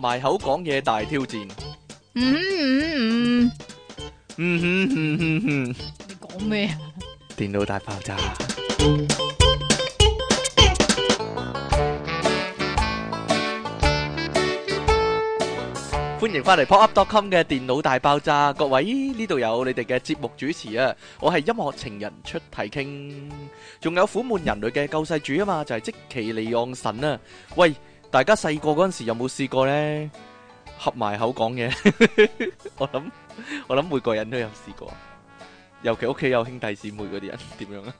埋口講嘢大挑戰。嗯嗯嗯，嗯哼嗯哼嗯哼，你講咩啊？電腦大爆炸。歡迎翻嚟 popup.com 嘅電腦大爆炸，各位呢度有你哋嘅節目主持啊，我係音樂情人出體傾，仲有苦悶人類嘅救世主啊嘛，就係積淇離岸神啊。喂，大家細個嗰陣時有冇試過呢？合埋口講嘢， 我諗我諗每個人都有試過，尤其屋企有兄弟姊妹嗰啲人點樣啊？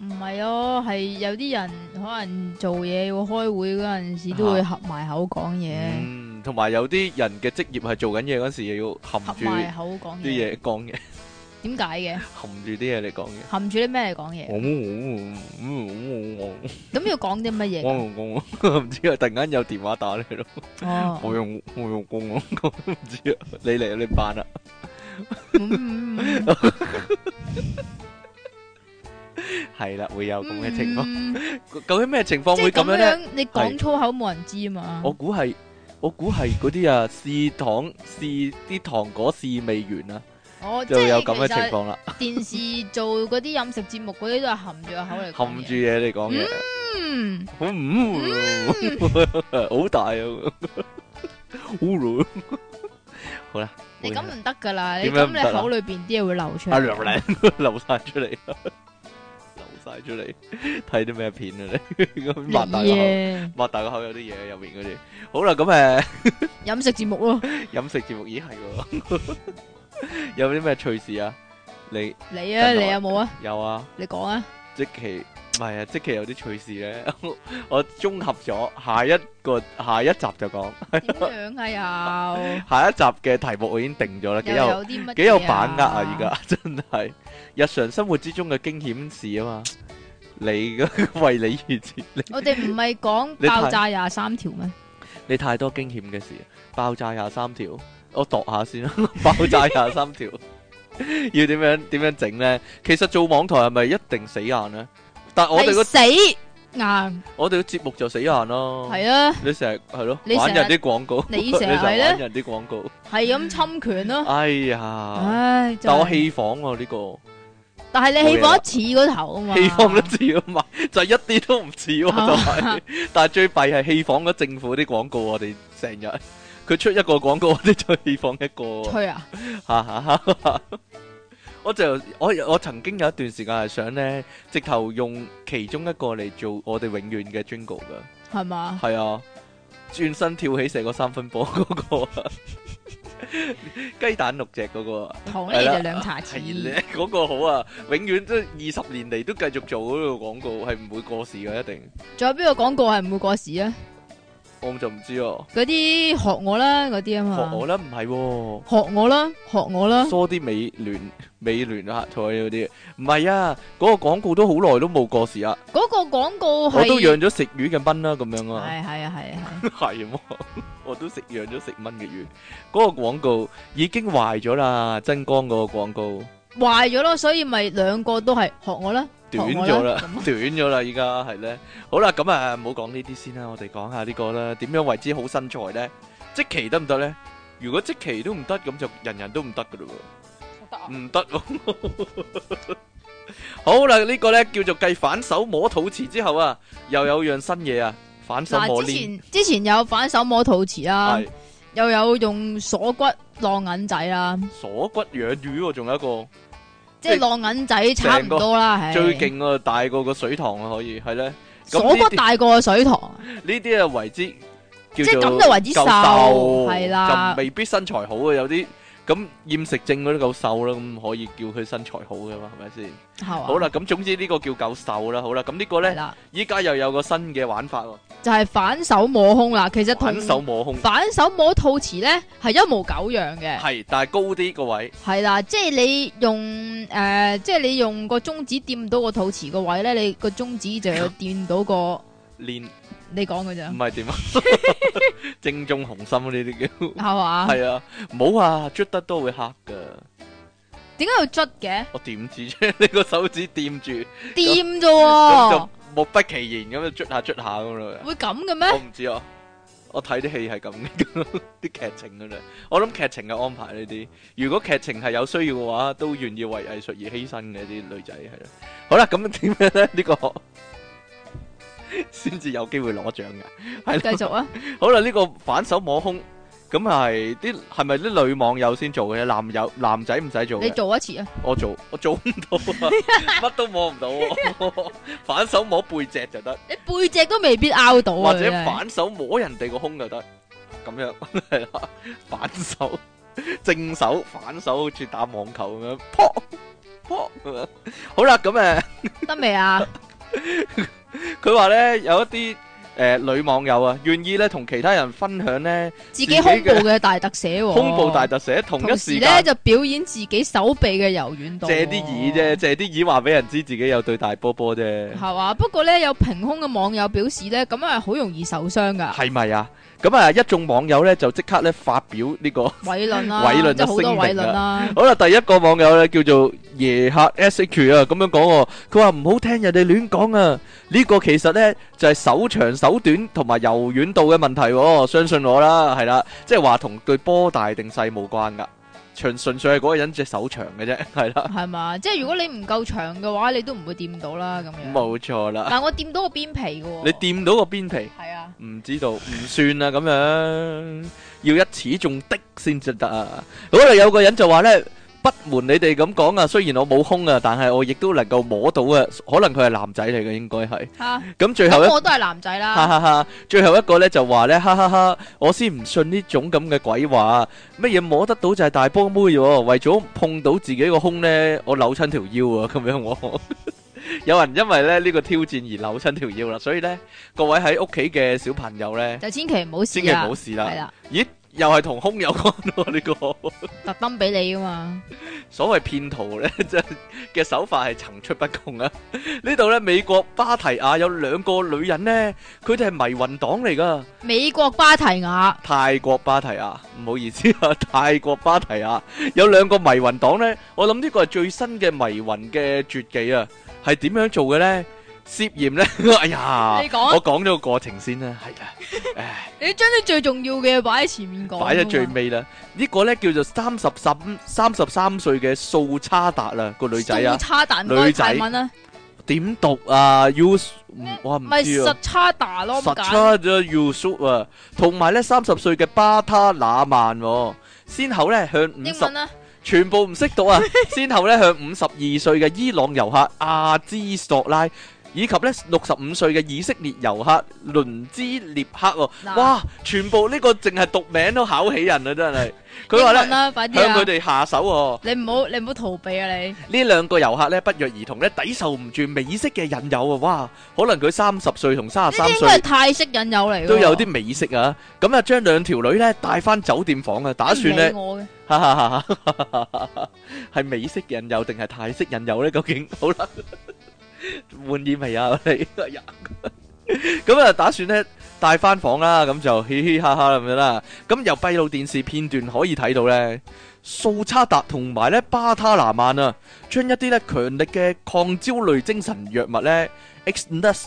唔係咯，係有啲人可能做嘢要開會嗰陣時都會合埋口講嘢，嗯，同埋有啲人嘅職業係做緊嘢嗰時又要含合住埋啲口講嘢，嘢講嘢，點解嘅？含住啲嘢嚟講嘢。含住啲咩嚟講嘢？咁要講啲乜嘢㗎？唔知啊，突然間有電話打嚟咯，哦，我用我用公我唔知啊，你嚟啊你扮啊，嗯嗯嗯係啦，會有 咁嘅情況。嗯究竟咩情況即會係咁樣咧？樣，你講粗口冇人知啊嘛。我估係我估係嗰啲啊，試糖試啲糖果試未完啊，哦，即就有係咁嘅情況啦，其實電視做嗰啲飲食節目嗰啲都係含住個口嚟講嘢含住嘢嚟講嘢，嗯，好唔好大啊，好 好啦，你咁唔得噶啦，你點樣咁唔得啊你口裏邊啲嘢會流出嚟。阿梁靚流晒出嚟， 流晒出嚟，睇啲咩片啊你？ 咁擘大個口，嘢，擘大個口有啲嘢入面嗰啲，好啦，咁誒。飲食節目咯， 飲食節目，咦係喎，有啲咩趣事啊？你你啊，近來你有 冇啊？有啊？你講啊，即期唔係啊，即期有啲趣事咧， 我綜合咗下一個下一集就講，點樣 啊又下一集嘅題目我已經定咗啦，幾又有有啲乜嘢啊？幾有把握啊！而家 真係日常生活之中嘅驚險事啊嘛，你 為你而設，你 我哋唔係講 你睇爆炸廿三條咩？你太多驚險嘅事，爆炸廿三條，我度下先啦， 爆炸廿三條， 要點樣點樣整呢？其實做網台係咪一定死硬呢？但我哋係個死硬我哋個節目就死硬咯。係啊，你成日係咯，你成日玩人啲廣告，你成 日你係呢玩人啲廣告，係咁侵權咯。哎呀！唉，但我真係氣房喎呢個，但係你氣放一次嗰頭啊嘛，氣 房都似啊嘛，就一啲都唔似喎，就係啊。但係最弊係氣房嗰政府啲廣告，我哋成日佢出一個廣告，我哋就氣房一個喎。吹啊，哈哈哈！ 我就我我曾經有一段時間係想咧，直頭用其中一個嚟做我哋永遠嘅 jingle 噶，係嘛？係啊，轉身跳起射個三分波嗰個啊， 雞蛋六隻嗰個啊，糖係咧啦就兩茶匙，係咧嗰個好啊，永遠都二十年嚟都繼續做嗰個廣告，係唔會過時嘅一定，仲有邊個廣告係唔會過時啊？我就唔知哦，嗰啲學我啦，嗰啲啊嘛，啊學我啦，唔係喎。學我啦，學我啦，疏啲美聯美聯啊，台嗰啲，唔係啊，嗰、個廣告都好耐都冇過時啊，嗰個廣告哦係我都養咗食魚嘅蚊啦，咁樣係啊，係啊係啊 係，係啊，我都食養咗食蚊嘅魚，嗰、個廣告已經壞咗啦，真光嗰個廣告壞咗咯，所以咪兩個都係學我啦，學短我咗 啦咁，啊短咗啦，依家係咧，好啦，咁啊，唔好講呢啲先啦，我哋講下呢個啦，點樣為之好身材咧？即期得唔得咧？如果即期都唔得，咁就人人都唔得噶嘞喎。唔得喎。 好啦，呢個呢叫做繼反手摸肚臍之後啊，又有樣新嘢啊，反手摸嗱，之鏈前之前有反手摸肚臍啦係，又有用鎖骨晾銀仔啦，鎖骨養魚喎，仲有一個即係即晾銀仔差唔多啦，係最勁啊，大過個水塘啊，可以係咧。咁鎖呢骨啲大過水塘，呢啲啊為之即係叫做咁就為之夠瘦係就啦唔，未必身材好啊，有啲。咁厭食症嗰啲夠瘦啦，咁可以叫佢身材好嘅嘛，係咪先？係嘛？好啦，咁總之呢個叫夠瘦啦，好啦，咁呢個係呢，啦，依家又有個新嘅玩法喎，就係反手摸胸啦，其實同反手摸胸，反手摸肚臍咧係一模九樣嘅，係，但係高啲個位。係啦，即係你用诶、呃即係你用個中指掂到個肚臍個位咧，你個中指就要掂到個，練你講嘅咋，唔係係 點啊？正中紅心呢啲叫嘛？係啊，唔好啊，捽得多會黑噶。點解要捽嘅？我點知啫？你個手指掂住，掂啫咁就喎，目不其然咁樣捽下捽下咁樣。會咁嘅我咩？唔知啊，我睇啲戲係咁嘅， 啲劇情嘅啫。我諗劇情嘅安排呢啲，如果劇情係有需要嘅話，都願意為藝術而犧牲嘅啲女仔係啦。好啦，咁點樣咧？呢、個先至有機會攞獎嘅，繼係啦。續啊，好啦，呢、個反手摸胸，咁係啲係咪啲女網友先做嘅？男友男仔唔使做你嘅。做一次啊，我做我做唔到 啊，乜都摸唔到啊，反手摸背脊就得。你背脊都未必拗到或啊，者真係反手摸人哋個胸就得，咁樣 係啦，反手正手反手好似打網球咁樣，撲 撲咁樣。好啦，咁誒，得 未啊？佢話咧有一啲誒、呃女網友啊，願意咧同其他人分享咧自己胸部嘅大特寫喎，胸部大特寫，同一同時時間咧。就表演自己手臂嘅柔軟度，借啲耳啫，，借啲耳話俾人知自己有對大波波啫，係嘛？不過咧有平胸嘅網友表示咧，咁係好容易受傷噶，係咪啊？咁啊，一眾網友咧就即刻咧發表呢、個。偉論啦，偉論啊即係好多聲明啊偉論啦，好啦，第一個網友咧叫做夜客 S H 啊，咁樣講喎，佢話唔好聽人哋亂講啊，呢、個其實咧就係、手長手短同埋柔軟度嘅問題、喎，相信我啦，係啦，即係話同對波大定細冇關噶，純純粹係嗰個人隻手長嘅啫，係啦，係嘛？即係如果你唔夠長嘅話，你都唔會掂到啦咁樣。冇錯啦，但我掂到個邊皮嘅喎，你掂到個邊皮。係啊？唔知道，唔算啦咁樣，要一始中的先至得啊！好啦，有個人就話呢，不瞞你哋咁講啊，雖然我冇胸啊，但係我亦都能夠摸到啊，可能佢係男仔嚟嘅，應該係。嚇，咁最後一咁我都係男仔哈啦，哈哈！最後一個咧就話咧，哈哈哈！我先唔信呢種咁嘅鬼話，乜嘢摸得到就係大波妹喎，為咗碰到自己個胸咧，我扭親條腰啊，咁樣我。 有人因為咧呢個挑戰而扭親條腰啦，所以咧各位喺屋企嘅小朋友咧，就千祈唔好試千祈唔啊好，試係啦。啦，咦，又係同胸有關喎呢個。 特登俾你噶啊嘛，所謂騙徒咧，即係嘅手法係層出不窮啊！呢度咧美國芭提雅有兩個女人咧，佢哋係迷魂黨嚟㗎。美國芭提雅泰國芭提雅，唔好意思啊，泰國芭提雅有兩個迷魂黨呢，我諗呢個係最新嘅迷魂嘅絕技啊，係點樣做嘅呢？涉嫌呢， 哎呀，你講啊我講咗個過程先啦，係啊啦，唉，你將啲最重要嘅嘢擺喺前面講，啊擺咗最。尾啦，呢個呢叫做三十三三十三歲嘅素差達啦，個女仔啊素，叉蛋女仔泰文啊，點讀啊？U，我唔咪知啊實。叉打咯，實咁解。差咗 Yusuf 啊，同埋咧三十歲嘅巴塔那曼喎，先後咧向五英十文啊咧，全部唔識讀 啊！先後咧向五十二歲嘅伊朗遊客阿茲索拉，以及咧六十五歲嘅以色列遊客倫茲列克喎、嗱哇！全部呢個淨係讀名都考起人啊，真係。佢話英咧文啦，快啲向佢啊！哋下手喎、你唔好你唔好逃避啊！你呢兩個遊客咧不約而同咧抵受唔住美式嘅引誘啊！哇！可能佢三十歲同三呢十三啲應歲該係泰式引誘嚟㗎喎，都有啲美式啊！咁啊，將兩條女咧帶翻酒店房啊，打算咧你唔理。我 嘅哈哈哈！係美式引誘定係泰式引誘咧？究竟好啦， 滿意未啊？你哎呀 咁啊，打算咧帶翻房啦，咁就嘻嘻哈哈咁樣啦。咁由閉路電視片段可以睇到咧，素差達同埋咧巴他拿曼啊，將一啲咧強力嘅抗焦慮精神藥物咧 X Nus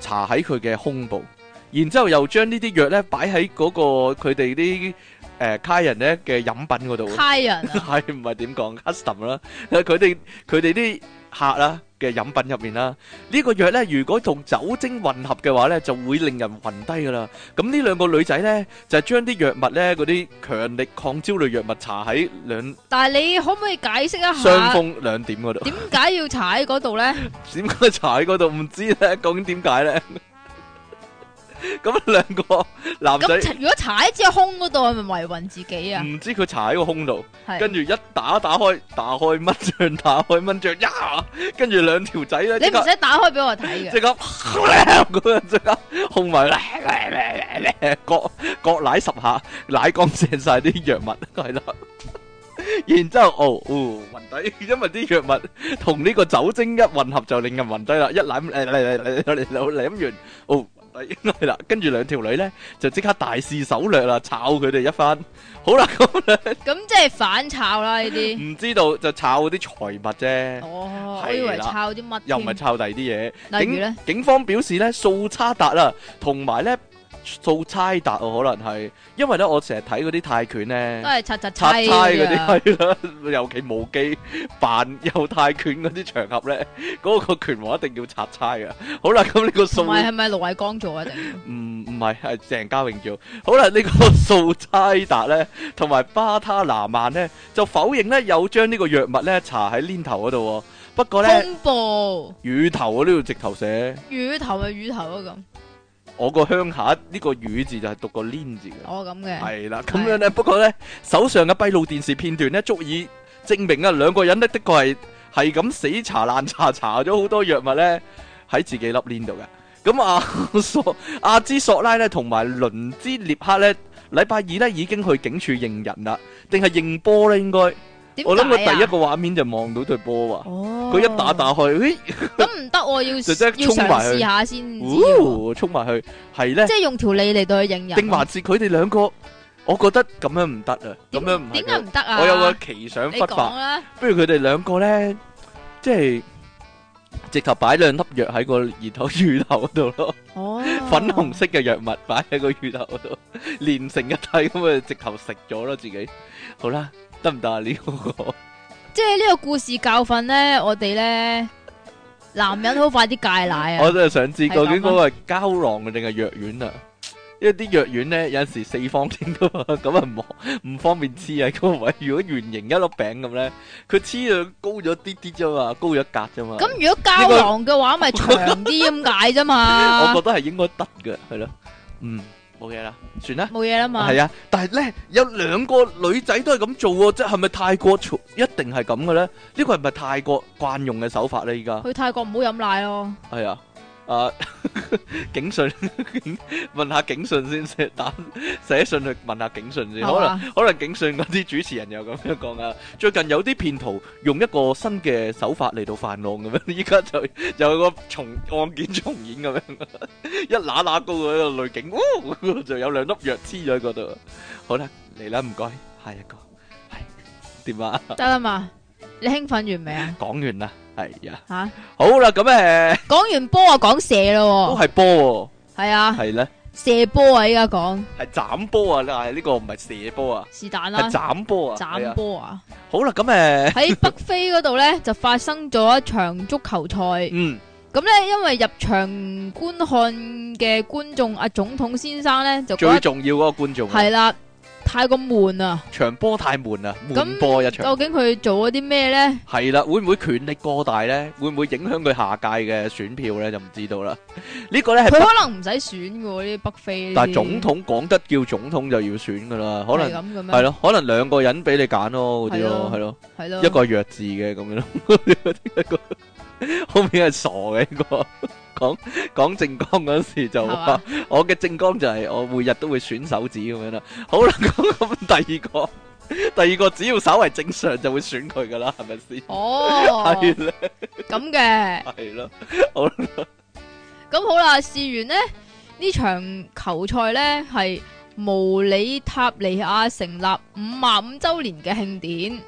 搽喺佢嘅胸部，然之後又將呢啲藥咧擺喺嗰個佢哋啲誒卡人咧嘅飲品嗰度。 Thai 人啊， 係唔係點講 custom 啦？佢哋佢哋啲客啦嘅飲品入面啦，呢個藥咧如果同酒精混合嘅話咧，就會令人暈低噶啦。咁呢兩個女仔咧就係將啲藥物咧嗰啲強力抗焦慮藥物搽喺兩但係你可唔可以解釋一雙下峰兩點嗰度，點解要踩喺嗰度咧？點解搽喺嗰度唔知咧？究竟點解咧？ 咁兩個男仔咁如果踩喺隻胸嗰度，係咪迷暈自己啊？唔知佢搽喺個胸度。係跟住一打打開，打開蚊帳，打開蚊帳，呀！跟住兩條仔咧，你即唔刻使打開俾我睇嘅，即刻咁樣，即刻控埋，割割奶十下，奶乾淨晒啲藥物，係啦。然之後，哦，哦，暈低，因為啲藥物同呢個酒精一混合就令人暈低啦。一攬嚟嚟嚟嚟嚟嚟飲完，哦，暈 低係啦。跟住兩條女咧就即刻大肆搜掠啦，炒佢哋一番。好啦，咁咧。咁即係反炒啦呢啲。唔知道就炒啲財物啫，哦，我以為嗯係啦抄啲乜又唔係添？炒第二啲嘢。例如咧警，警方表示咧，素差達啊，同埋咧數猜達喎，可能係因為咧，我成日睇嗰啲泰拳咧都。係啊擦擦拆哎差差嗯嗰啲係啦， 尤其無記扮 有泰拳嗰啲場合咧， 嗰、個拳王一定要拆差嘅。啊好啦，咁呢個數同埋係咪盧偉光做啊？定唔唔係係鄭嘉穎做。好啦，呢、個 素差達咧，同埋巴他拿曼咧，就否認咧有將呢個藥物咧搽喺黏頭嗰度喎。不過咧，風暴乳頭我呢度直頭寫，乳頭咪乳頭咯咁，我個鄉下呢個乳字就係讀個黏字嘅。我哦咁嘅，系啦，咁樣咧，不過咧，手上嘅閉路電視片段咧，足以證明啊，兩個人咧的確係係咁死查爛查查咗好多藥物咧喺自己粒鏈度嘅。咁阿 索阿茲索拉咧，同埋倫茲列克咧，禮拜二咧已經去警署認人啦，定係認波咧？應該點啊我諗佢第一個個，畫面就望到對波啊，哦，佢一打打去，咦，咁唔得喎，要 就即刻要衝埋嘗去試下先知喎，呜，衝埋去，係咧即，係用條脷嚟到去啊認人。定還是佢哋兩個？我覺得咁樣唔得啊，咁點樣唔係點解佢唔得啊？我有個奇想你忽發講。啊啦，不如佢哋兩個咧，即係直頭擺兩粒藥喺個熱頭乳頭嗰度咯，哦，粉紅色嘅藥物擺喺個乳頭嗰度， 連成一體咁啊，直頭食咗咯自己。好啦，得唔得啊？呢、個即係呢個故事教訓咧，我哋咧男人好快啲戒奶我啊！真係想知係究竟咁啊嗰個係膠囊定係藥丸啊？因為啲藥丸咧有陣時四方形噶嘛， 咁啊唔可唔方便黐喺嗰個位。 如果圓形一粒餅咁咧，佢黐就高咗啲啲啫嘛，高咗一格啫嘛。咁如果膠囊嘅話，咪長啲咁解啫嘛 我，覺得係應該得嘅，係咯，嗯，冇嘢啦，算啦，冇嘢啦嘛。係啊，但係咧有兩個女仔都係咁做喎，即係咪泰國做一定係咁嘅咧？呢個係咪泰國慣用嘅手法咧？依家去泰國唔好飲奶咯，係啊，啊， 警訊，問下警訊先，寫打寫信去問下警訊先，係可能。嘛？可能警訊嗰啲主持人又咁樣講啊，最近有啲騙徒用一個新嘅手法嚟到犯案咁樣，依家就有個重案件重演 咁樣，一揦揦高嗰個女警，哦、就有兩粒藥黐咗喺嗰度。好啦，嚟啦，唔該，下一個係點啊？得啦嘛，你興奮完未 啊？講完啦，係呀，吓，好啦，咁誒講完波啊，講射都咯係波喎，係喎，啊，哦係咧，射波啊，依家講係斬波啊，但係呢個唔係射波啊，是但啦係，斬波啊，係斬啊。波啊！好啦，咁誒，喺北非嗰度咧就發生咗一場足球賽。嗯，咁咧，因為入場觀看嘅觀眾阿總統先生咧就最覺得重要嗰個觀眾啊係啦，太過悶啊！場波太悶啦，悶咁波一場究竟佢做咗啲咩咧？係啦，會唔會權力過大呢？會唔會影響佢下屆嘅選票呢？就唔知 道啦。呢個呢佢係北，可能唔使選嘅喎，呢啲北非呢啲。但係總統講得叫總統就要選噶啦，可能能係，咯，可能兩個人俾你揀咯，嗰啲咯，係係咯，係咯，一個係弱智嘅咁樣咯， 一個後面係傻嘅一個。講講政綱嗰時就係話嘛。我嘅正光就係我每日都會選手指咁樣啦。好啦，咁咁第二個， 第二個只要稍為正常就會選佢噶啦，係咪先？哦， 係啦，咁嘅，係啦，咁好啦。試完呢，呢場球賽呢係毛里塔尼亞成立五萬五周年嘅慶典。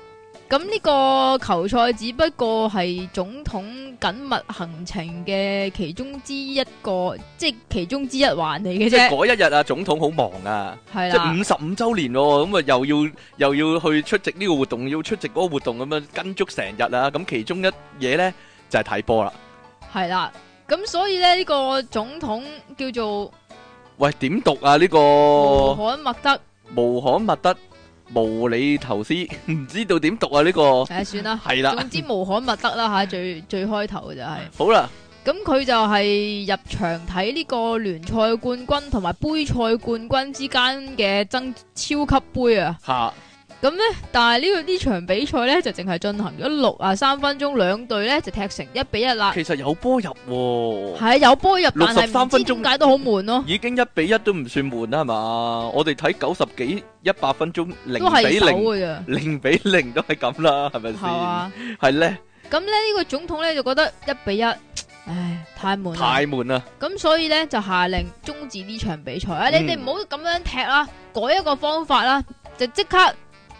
咁呢個球賽只不過係總統緊密行程嘅其中之一個，即係其中之一環嚟嘅即係啫，嗰一日啊，總統好忙啊，係即啦，係五十五週年喎，咁啊又要又要去出席呢個活動，要出席嗰個活動咁樣跟足成日啊，咁其中一嘢咧就係睇波啦。係啦。咁所以呢，呢個總統叫做喂，點讀啊？呢個穆罕默德，無罕默德無理頭斯，唔知道點讀啊？呢個誒算啦。係啦，總之無可密得啦吓，最最開頭嘅就係、好啦。咁佢就係入場睇呢個聯賽冠軍同埋杯賽冠軍之間嘅爭超級杯啊！吓，但係呢、個呢場比賽呢，就淨係進行咗六啊三分鐘，兩隊呢就踢成一比一啦。其實有波入、喎，係有波入，但係63唔分知鐘點解都好悶咯，已經一比一都唔算悶啦，係嘛？我哋睇九十幾、一百分鐘零都係比手零、嘅啫，零比零都係咁啦，係係嘛咪？先？係咧，咁咧呢個總統呢，就覺得一比一，唉，太悶啦。太悶啦，咁所以咧就下令終止呢場比賽啊！你哋嗯唔好咁樣踢啦，改一個方法啦，就即刻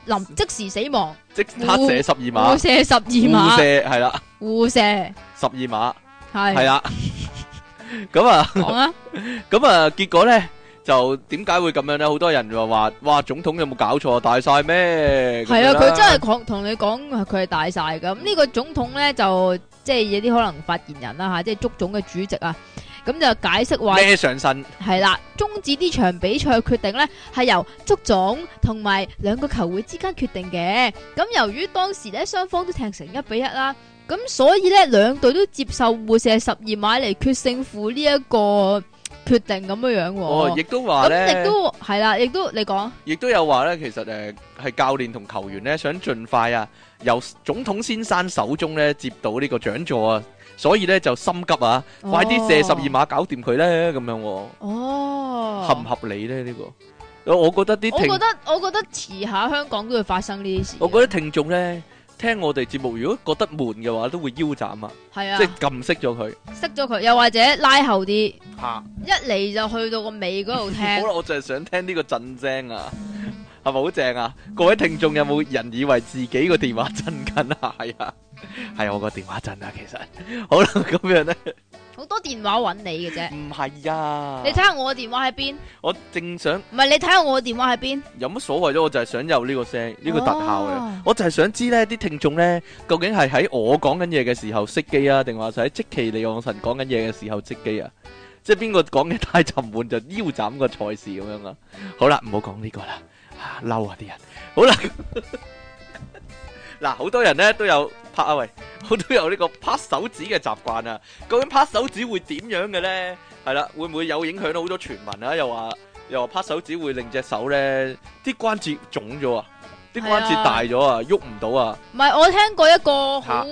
臨即時死亡，即刻射十二互碼，射十二互碼，射係啦，互射十二碼 係係啦。咁啊，講啦，咁啊，結果咧就點解會咁樣呢？好多人就話：哇，總統有冇搞錯啊？大晒咩？係咁樣啊，啦佢真係講同你講佢係大晒㗎咁呢個總統咧就即係有啲可能發言人啦吓，即係足總嘅主席啊，咁就解釋話孭上身，係啦，終止呢場比賽嘅決定呢，係由足總同埋兩個球會之間決定嘅。咁由於當時呢，雙方都踢成一比一啦，咁所以呢，兩隊都接受互射十二碼嚟決勝負呢一個決定咁樣樣哦，喎。亦都話呢。咁亦都係啦，亦都你講亦都有話咧，其實誒係教練同球員咧，想盡快啊，由總統先生手中咧接到呢個獎座啊，所以咧就心急啊，快啲射十二碼搞掂佢咧，咁樣喎，哦。合唔合理咧呢個？我覺得啲我覺聽，得我覺得遲下香港都會發生呢啲事。我覺得聽眾咧聽我哋節目，如果覺得悶嘅話，都會腰斬啊，係即啊，係撳熄咗佢熄咗佢，又或者拉後啲，嚇。一嚟就去到個尾嗰度 聽。好啦，我就係想聽呢個震聲啊，係咪好正啊？各位聽眾有冇人以為自己個電話震緊啊？係啊，係我個電話震啊，其實好啦，咁樣 咧，好多電話揾你嘅啫。唔係啊你，睇下我嘅電話喺邊，我正想唔係你睇下我嘅電話喺邊。有乜所謂啫，我就係想有呢個聲呢個特效嘅。哦我就係想知呢啲聽眾呢，究竟係喺我講緊嘢嘅時候熄機啊，定話係喺即其利昂神講緊嘢嘅時候熄機啊？即係邊個講嘅太沉悶就腰斬個賽事咁樣啊？好啦，唔好講呢個啦，啊嬲啊啲人。好啦， 嗱，好多人呢都有拍啊喂，好都有呢個拍手指嘅習慣啊。究竟拍手指會點樣嘅呢？係啦，會唔會有影響到好多傳聞啊？又話又話拍手指會令隻手呢啲關節腫咗啊，啲關節係啊大咗啊，喐唔到啊。唔係我聽過一個好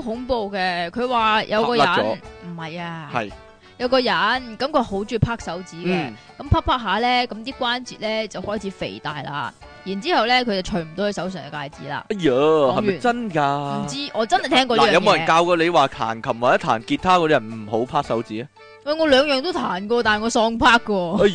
恐怖嘅，佢話有個人拍甩咗唔係啊，係，有個人咁佢好中意拍手指嘅，嗯，咁拍拍下咧，咁啲關節咧就開始肥大啦。然之後咧，佢就除唔到佢手上嘅戒指啦。哎呀，係咪完真噶唔？知我真係聽過呢啊嗱，樣有冇人嘢。教過你話彈琴或者彈吉他嗰啲人唔好拍手指啊？喂，我兩樣都彈過，但係我喪拍哎 過。呀，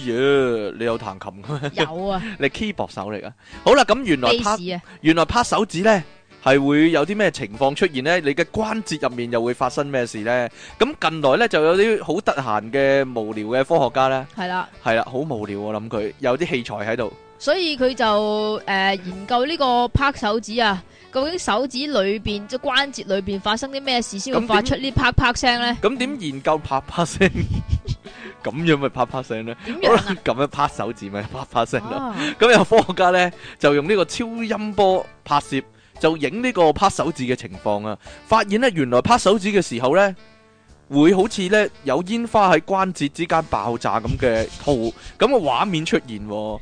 你有彈琴嘅咩？哦有啊， 你 keyboard 手嚟噶。好啦，咁原來鼻拍屎啊，原來拍手指呢係會有啲咩情況出現呢？你嘅關節入面又會發生咩事呢？咁近來呢，就有啲好得閒嘅無聊嘅科學家呢，係啦。係啦，好無聊我諗佢有啲器材喺度，所以佢就诶、呃研究呢個拍手指啊，究竟手指裏边即係關節裏边發生啲咩事先咁會點發出呢啪啪聲咧？咁點研究啪啪聲？咁樣咪啪啪聲呢？點好樣啦 啊，咁樣拍手指咪啪啪聲咯。啊？ 咁有科學家咧就用呢個超音波拍攝，就影呢個拍手指嘅情況啊，發現咧原來拍手指嘅時候咧，會好似咧有煙花喺關節之間爆炸咁嘅圖咁嘅畫面出現喎。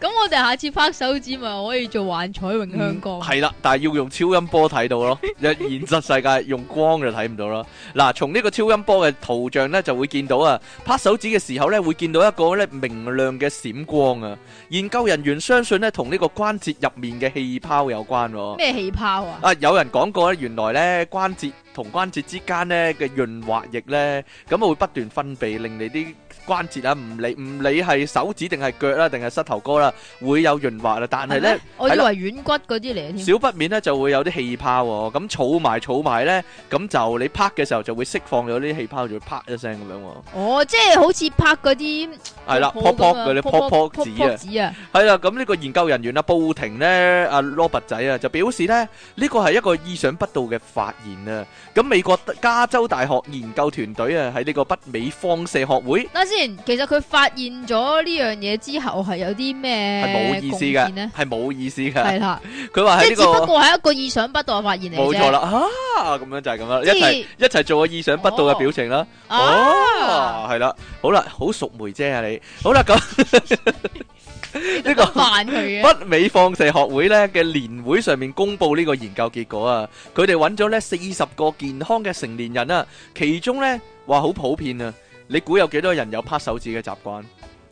咁我哋下次拍手指咪可以做幻彩詠香 江。嗯係啦，但係要用超音波睇到咯，現實世界用光就睇唔到啦。嗱，從呢個超音波嘅圖像咧就會見到啊，拍手指嘅時候咧會見到一個咧明亮嘅閃光啊。研究人員相信咧同呢個關節入面嘅氣泡有關喎。咩氣泡啊？啊，有人講過咧，原來咧關節同關節之間咧嘅潤滑液咧，咁會不斷分泌，令你啲關節啊，唔理唔理係手指定係腳啦，定係膝頭哥啦，會有潤滑啦。但係係咧咩，我以係為啦軟骨嗰啲嚟嘅添。少不免咧就會有啲氣泡喎。咁儲埋儲埋咧，咁就你啪嘅時候就會釋放咗啲氣泡，就會啪一聲咁樣喎。哦，即係好似拍嗰啲係啦，泡噗泡噗咁啊嗰啲噗噗子啊。紙啊，係啦，咁呢個研究人員啊，布廷呢，阿羅伯仔啊，就表示呢，呢個係一個意想不到嘅發現啊！咁美國加州大學研究團隊啊，喺呢個北美放射學會等下先，其實佢發現咗呢樣嘢之後係有啲係咩冇意思貢獻 嘅呢，係冇意思係嘅。啦，佢話即係喺只呢不個過係一個意想不到嘅發現嚟啫。冇錯啦，啊咁樣就係咁啦，即係一齊一齊做個意想不到嘅表情啦。啊哦，，係啦，好啦，好熟梅姐啊你，好啦咁 呢個咁。煩佢嘅，北美放射學會咧嘅年會上面公布呢個研究結果啊，佢哋揾咗咧四十個健康嘅成年人啊，其中咧話好普遍啊，你估有幾多人有拍手指嘅習慣？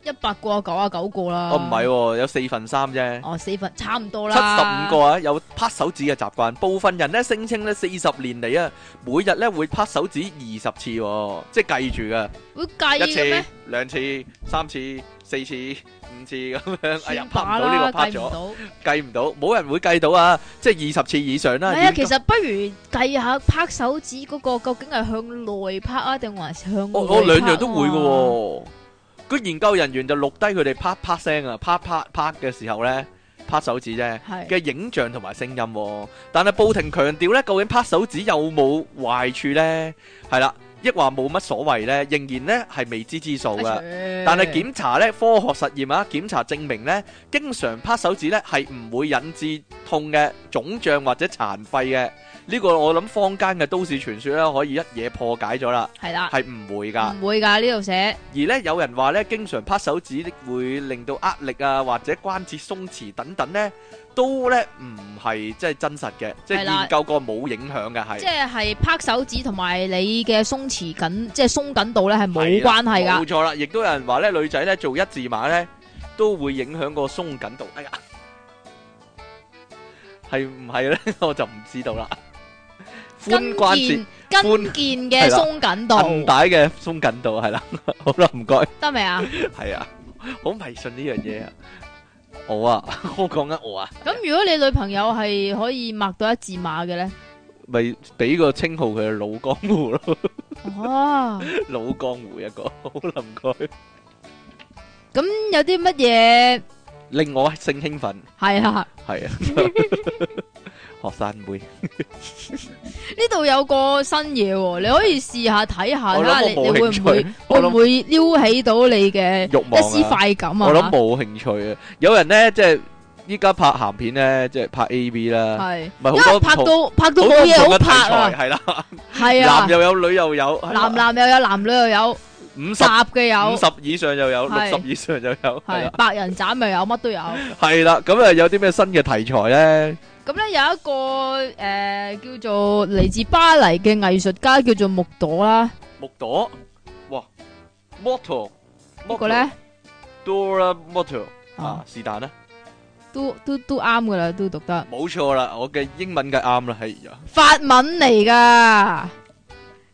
一百個九啊九個啦。哦，唔係，喎，有四分三啫。哦四份差唔多七十啦。五個啊，有拍手指嘅習慣。部分人咧聲稱咧四十年嚟啊，每日咧會拍手指二十次、喎，即係計住嘅。會計一嘅次咩？、兩次、三次、四次、五次咁樣。哎呀，拍唔算到呢個罷啦拍計咗唔。到。計唔到，冇人會計到啊！即係二十次以上啦。係啊，已其經實不如計下拍手指嗰個究竟係向內拍啊，定還是向我外我拍兩樣都會嘅喎。喎，個研究人員就錄低佢哋啪啪聲啊，啪啪啪嘅時候咧，啪手指啫係嘅影像同埋聲音、喎。但係報庭強調咧，究竟啪手指有冇壞處咧？係啦，抑或冇乜所謂咧，仍然咧係未知之數啊噶。阿 Sir 但係檢查咧，科學實驗啊，檢查證明咧，經常拍手指咧係唔會引致痛嘅、腫脹或者殘廢嘅。呢個我諗坊間嘅都市傳說咧，可以一嘢破解咗啦，係啦，係唔會㗎。唔會㗎呢度寫而咧有人話咧，經常拍手指會令到壓力啊，或者關節鬆弛等等咧，都咧唔係即係真實嘅，即係係啦研究過冇影響嘅係即。係拍手指同埋你嘅鬆弛緊，即係鬆緊度咧係冇係啦關係㗎冇。錯啦，亦都有人話咧，女仔咧做一字馬咧，都會影響個鬆緊度。哎呀，係唔係咧？ 我就唔知道啦。髋關節、跟腱嘅係啦鬆韌緊度帶嘅鬆緊度係啦。 好啦，唔該，得未啊？係啊，好迷信呢樣嘢啊！我啊， 我講緊我啊，咁如果你女朋友係可以擘到一字馬嘅咧，咪俾個稱號佢係老江湖咯， 哦，老江湖一個。好啦，唔該，咁有啲乜嘢令我性興奮， 係啊？係啊，學生妹。呢度有個新嘢喎，你可以試下睇下我睇下諗你你我會冇唔興會趣，我會唔諗會撩起到你嘅慾一望啊絲快感我諗啊？冇興趣啊！有人咧，即係依家拍鹹片咧，即係拍 A V 啦，係，咪好因為多拍唔同到拍到好冇多唔嘢同好嘅題拍材啊，係啦，係啊男，又有，女又有，係啦男男又有，男女又有，五十雜嘅五有，十以上又有，六係十以上又有，係啊係啦，白人斬又有，乜都有。係啦。咁啊，有啲咩新嘅題材咧？咁咧有一個诶、呃叫做嚟自巴黎嘅藝術家叫做木朵啦，木朵，哇，Motor，呢個咧，Dora Motor 啊啊，是但啦，都都都啱噶啦，都讀得冇錯啦，我嘅英文嘅啱啦，係啊，法文嚟噶。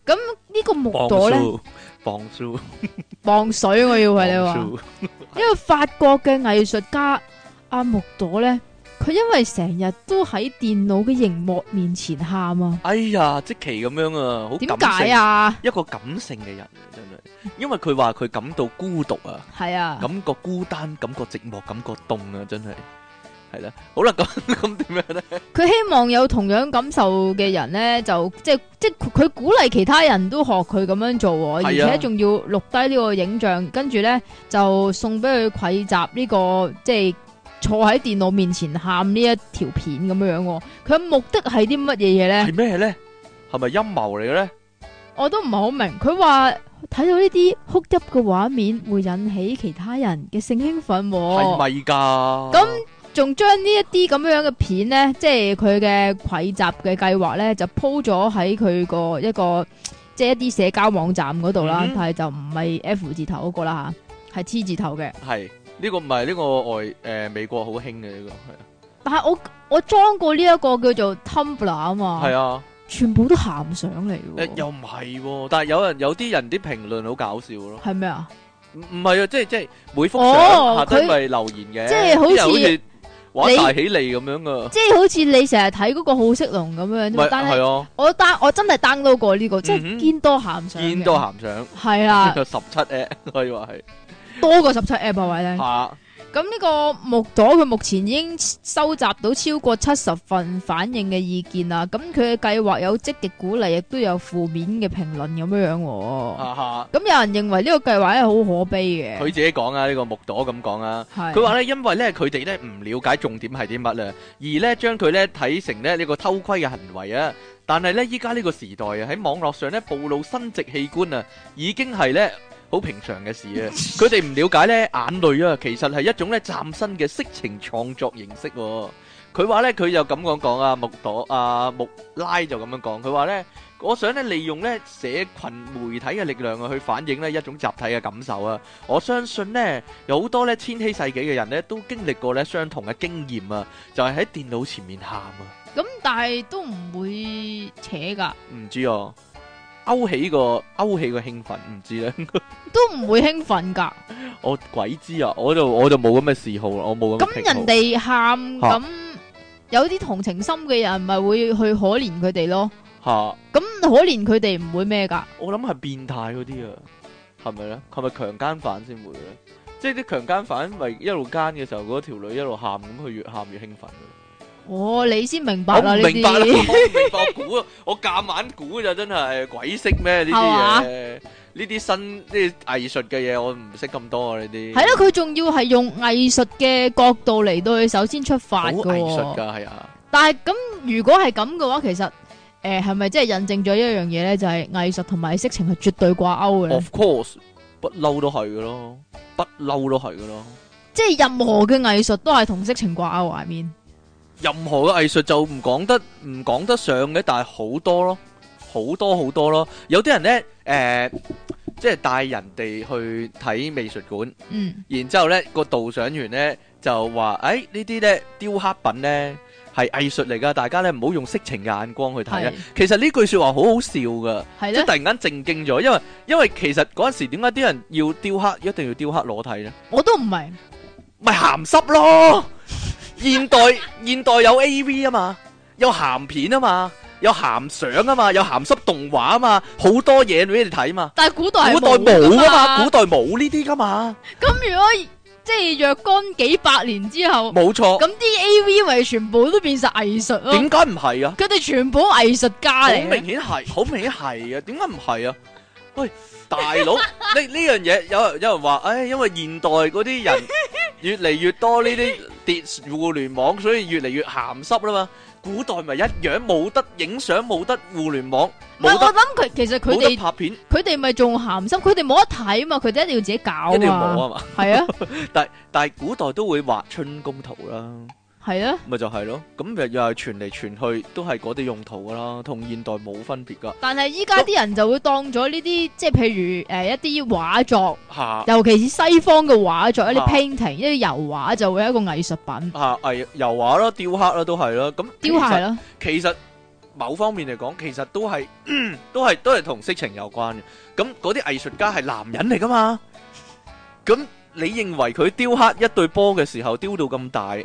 咁呢個木朵咧， Bonjour，Bonjour，磅水我要為你話， Bonjour 因為法國嘅藝術家阿木朵咧，佢因為成日都喺電腦嘅熒幕面前喊啊，哎呀，即期咁樣啊，好點感性解啊？一個感性嘅人真係，因為佢話佢感到孤獨啊，係啊，感覺孤單，感覺寂寞，感覺凍啊，真係係啦。好啦，咁 咁點樣咧？佢希望有同樣感受嘅人咧，就即係即係佢鼓勵其他人都學佢咁樣做喎，而係啊且仲要錄低呢個影像，跟住咧就送俾佢蒐集呢、個即係坐喺電腦面前喊呢一條片咁樣樣喎。佢嘅目的係啲乜嘢嘢咧？係咩咧？係咪陰謀嚟嘅咧？我都唔係好明。佢話睇到呢啲哭泣嘅畫面會引起其他人嘅性興奮喎。係咪㗎？咁仲將呢一啲咁樣嘅片呢，即係佢嘅蒐集嘅計劃呢，就鋪咗喺佢個一個即係一啲社交網站嗰度啦，嗯但係就唔係 F 字頭嗰個啦吓，係 T 字頭嘅。係呢個唔係呢個外誒、美國好興嘅呢但係我我裝過呢一個叫做 Tumblr 啊個嘛，係啊全部都鹹相嚟誒、嘅喎，又唔係喎，但係有人有啲人啲評論好搞笑咯，係咩啊？唔唔係啊，即係即係每幅哦相下低佢咪留言嘅，即係好啲人好似似玩你大喜利咁樣噶，即係好似你成日睇嗰個好色龍咁樣咪啫嘛，但係係啊，我 down 我真係 download 過呢個，即嗯係哼堅多鹹相嘅，啊見到鹹相。係啦， 十七 A 可以 話係多過十七 app 啊，位咧。嚇，咁呢個木朵佢目前已經收集到超過七十份反應嘅意見啦。咁佢嘅計劃有積極鼓勵，亦都有負面嘅評論咁樣樣喎。哈哈，咁有人認為呢個計劃係好可悲啊佢嘅，自己講啊，呢個木朵咁講啊。係佢話咧，因為咧佢哋咧唔了解重點係啲乜咧，而咧將佢咧睇成咧呢個偷窺嘅行為啊。但係咧，依家呢個時代啊，喺網絡上咧暴露生殖器官啊，已經係咧好平常嘅事啊。佢哋唔了解咧眼淚啊，其實係一種咧嶄新嘅色情創作形式喎。佢話咧，佢就咁講講啊，木朵啊，木拉就咁樣講，佢話咧。我想咧利用咧社群媒體嘅力量啊，去反映咧一種集體嘅感受啊！我相信咧有好多咧千禧世紀嘅人咧都經歷過咧相同嘅經驗啊，就係喺電腦前面喊啊！咁，但係都唔會扯㗎，唔知啊，勾起個勾起個興奮，唔知咧，都唔會興奮㗎。 我鬼知啊！我就我就冇咁嘅嗜好啦，我冇咁嘅咁癖好。人哋喊嚇咁，有啲同情心嘅人咪會去可憐佢哋咯。嚇，咁可憐佢哋唔會咩㗎，我諗係變態嗰啲啊，係咪咧？係咪強奸犯先會咧？即係啲強奸犯咪一路奸嘅時候，嗰條女一路喊，咁佢越喊越興奮啊嘅。哦，你先明我白唔啦呢明白啊啦，我唔啲，明白，我估啊，我夾硬估就真係鬼識咩呢啲係嘛嘢？呢啲新呢啲藝術嘅嘢，我唔識咁多啊呢啲。係啦，佢仲要係用藝術嘅角度嚟到去首先出好發㗎藝術喎。㗎，係啊，但係咁，如果係咁嘅話，其實诶系咪即係印證咗一樣嘢咧？就係藝術同埋色情係絕對掛鈎嘅咧 Of course，不嬲都係嘅咯，不嬲都係嘅咯。即係任何嘅藝術都係同色情掛鈎畫面。任何嘅藝術就唔講得唔講得上嘅，但係好多咯，好多好多咯。有啲人呢，誒、à, 即係帶人哋去睇美術館，嗯，然之後呢個導賞員呢就話：，誒呢啲呢雕刻品呢係藝術嚟㗎，大家呢唔好用色情嘅眼光去睇啊係。其實呢句説話好好笑㗎。係即係咧，突然間正經咗，因為因為其實嗰陣時點解啲人要雕刻，一定要雕刻裸體咧？ 我都唔明。咪鹹濕咯！現代現代有 A V 啊嘛，有鹹片啊嘛，有鹹相啊嘛，有鹹濕動畫啊嘛，好多嘢俾你睇嘛。但係古代係古代㗎冇噶啊嘛，古代冇呢啲噶嘛，咁如果即係若干幾百年之後，冇錯。咁啲 A V 咪全部都變晒藝術咯。點解唔係啊？佢哋全部藝術家好嚟嘅明，顯係，好明顯係啊！點解唔係啊？ 喂，大佬，呢呢樣嘢有有人話，唉、因為現代嗰啲 人越嚟越多呢啲跌互聯網，所以越嚟越鹹濕啦嘛。古代咪一樣冇得影相，冇得互聯網，唔係冇我得諗佢其實佢冇得哋拍片，佢哋咪仲鹹濕，佢哋冇得睇嘛，佢哋一定要自己搞一定要冇嘛，啊嘛。係 啊但係古代都會畫春宮圖啦，係啊，咪就係咯。咁又又係傳嚟傳去都係嗰啲用途噶啦，同現代冇分別噶。但係依家啲人就會當咗呢啲即係譬如诶一啲畫作，嚇、尤其是西方嘅畫作，一啲啊 painting 一啲油畫就會係一個藝術品，嚇藝油畫啦、雕刻啦都係啦。咁雕其實刻咯，其實某方面嚟講，其實都係 都係都係同色情有關嘅。咁嗰啲藝術家係男人嚟噶嘛？咁你認為佢雕刻一對波嘅時候，雕到咁大，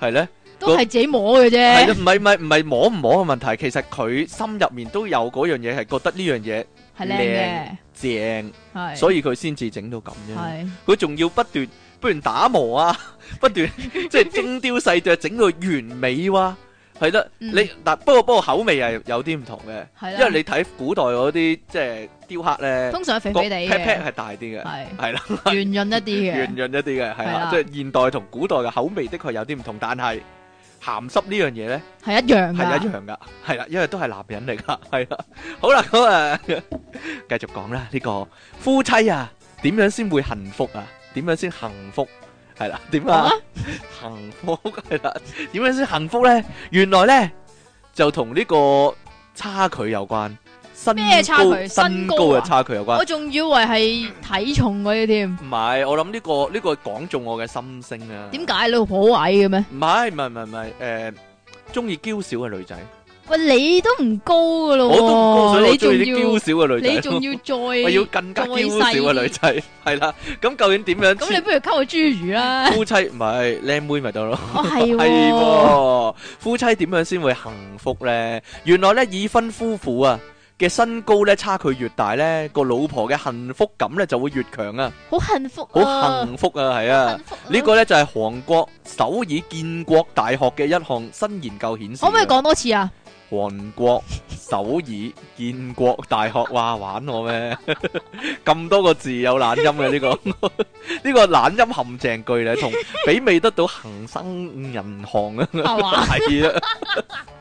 係呢？都係自己摸嘅係啦，啫，唔係唔係唔係摸唔摸嘅問題，其實佢心入面都有嗰樣嘢，係覺得呢係靚嘅，樣嘢係正，所以佢先至整到咁啫。係佢仲要不斷不斷打磨啊， 不斷即係精雕細琢，整到完美哇、係啦，嗯你嗱不過不過口味係有啲唔同嘅。係因啦，為你睇古代嗰啲即係雕刻咧，通常係肥個肥地 pat pat 嘅，係大啲嘅，係係啦， 圓潤一啲圓嘅，潤一啲嘅，係係啦，啦即係現代同古代嘅口味的確有啲唔同，但係鹹濕呢樣嘢咧係一樣係一㗎，樣噶，係啦，因為都係男人嚟噶， 係啦，好啦，咁啊， 繼續講啦，呢個夫妻啊，點樣先會幸福啊？點樣先幸福？係啦，點好啊啊？幸福係啦，點樣先幸福咧？原來咧就同呢個差距有關，身咩差距高身身高高啊嘅差距有關我。仲以為係體重嗰啲添，唔係，我諗呢個呢個講中我嘅心聲啊。點解你好矮嘅咩？唔係？唔係唔係唔係誒，中意嬌小嘅女仔，喂，你都唔高噶咯喎，我都唔高，所以我你中仲意啲嬌要小嘅女你仔仲咯。要再， 我要更加嬌小嘅女仔，係啦。咁究竟點樣咁你先？不如溝個侏儒 啦，夫妻唔係靚妹咪得咯。哦係係喎，喎，夫妻點樣先會幸福呢？原來呢，已婚夫婦啊嘅身高咧差距越大呢，個老婆嘅幸福感咧就會越強啊，好幸福好啊，幸福啊，係啊！幸福啊呢個呢，就係韓國首爾建國大學嘅一項新研究顯示可啊，唔可以講多次啊？韓國首爾建國大學，哇玩我咩？ 咁多個字有懶音嘅呢、個， 呢個懶音陷阱句咧，同媲美得到恒生銀行啊！係嘛？係啊。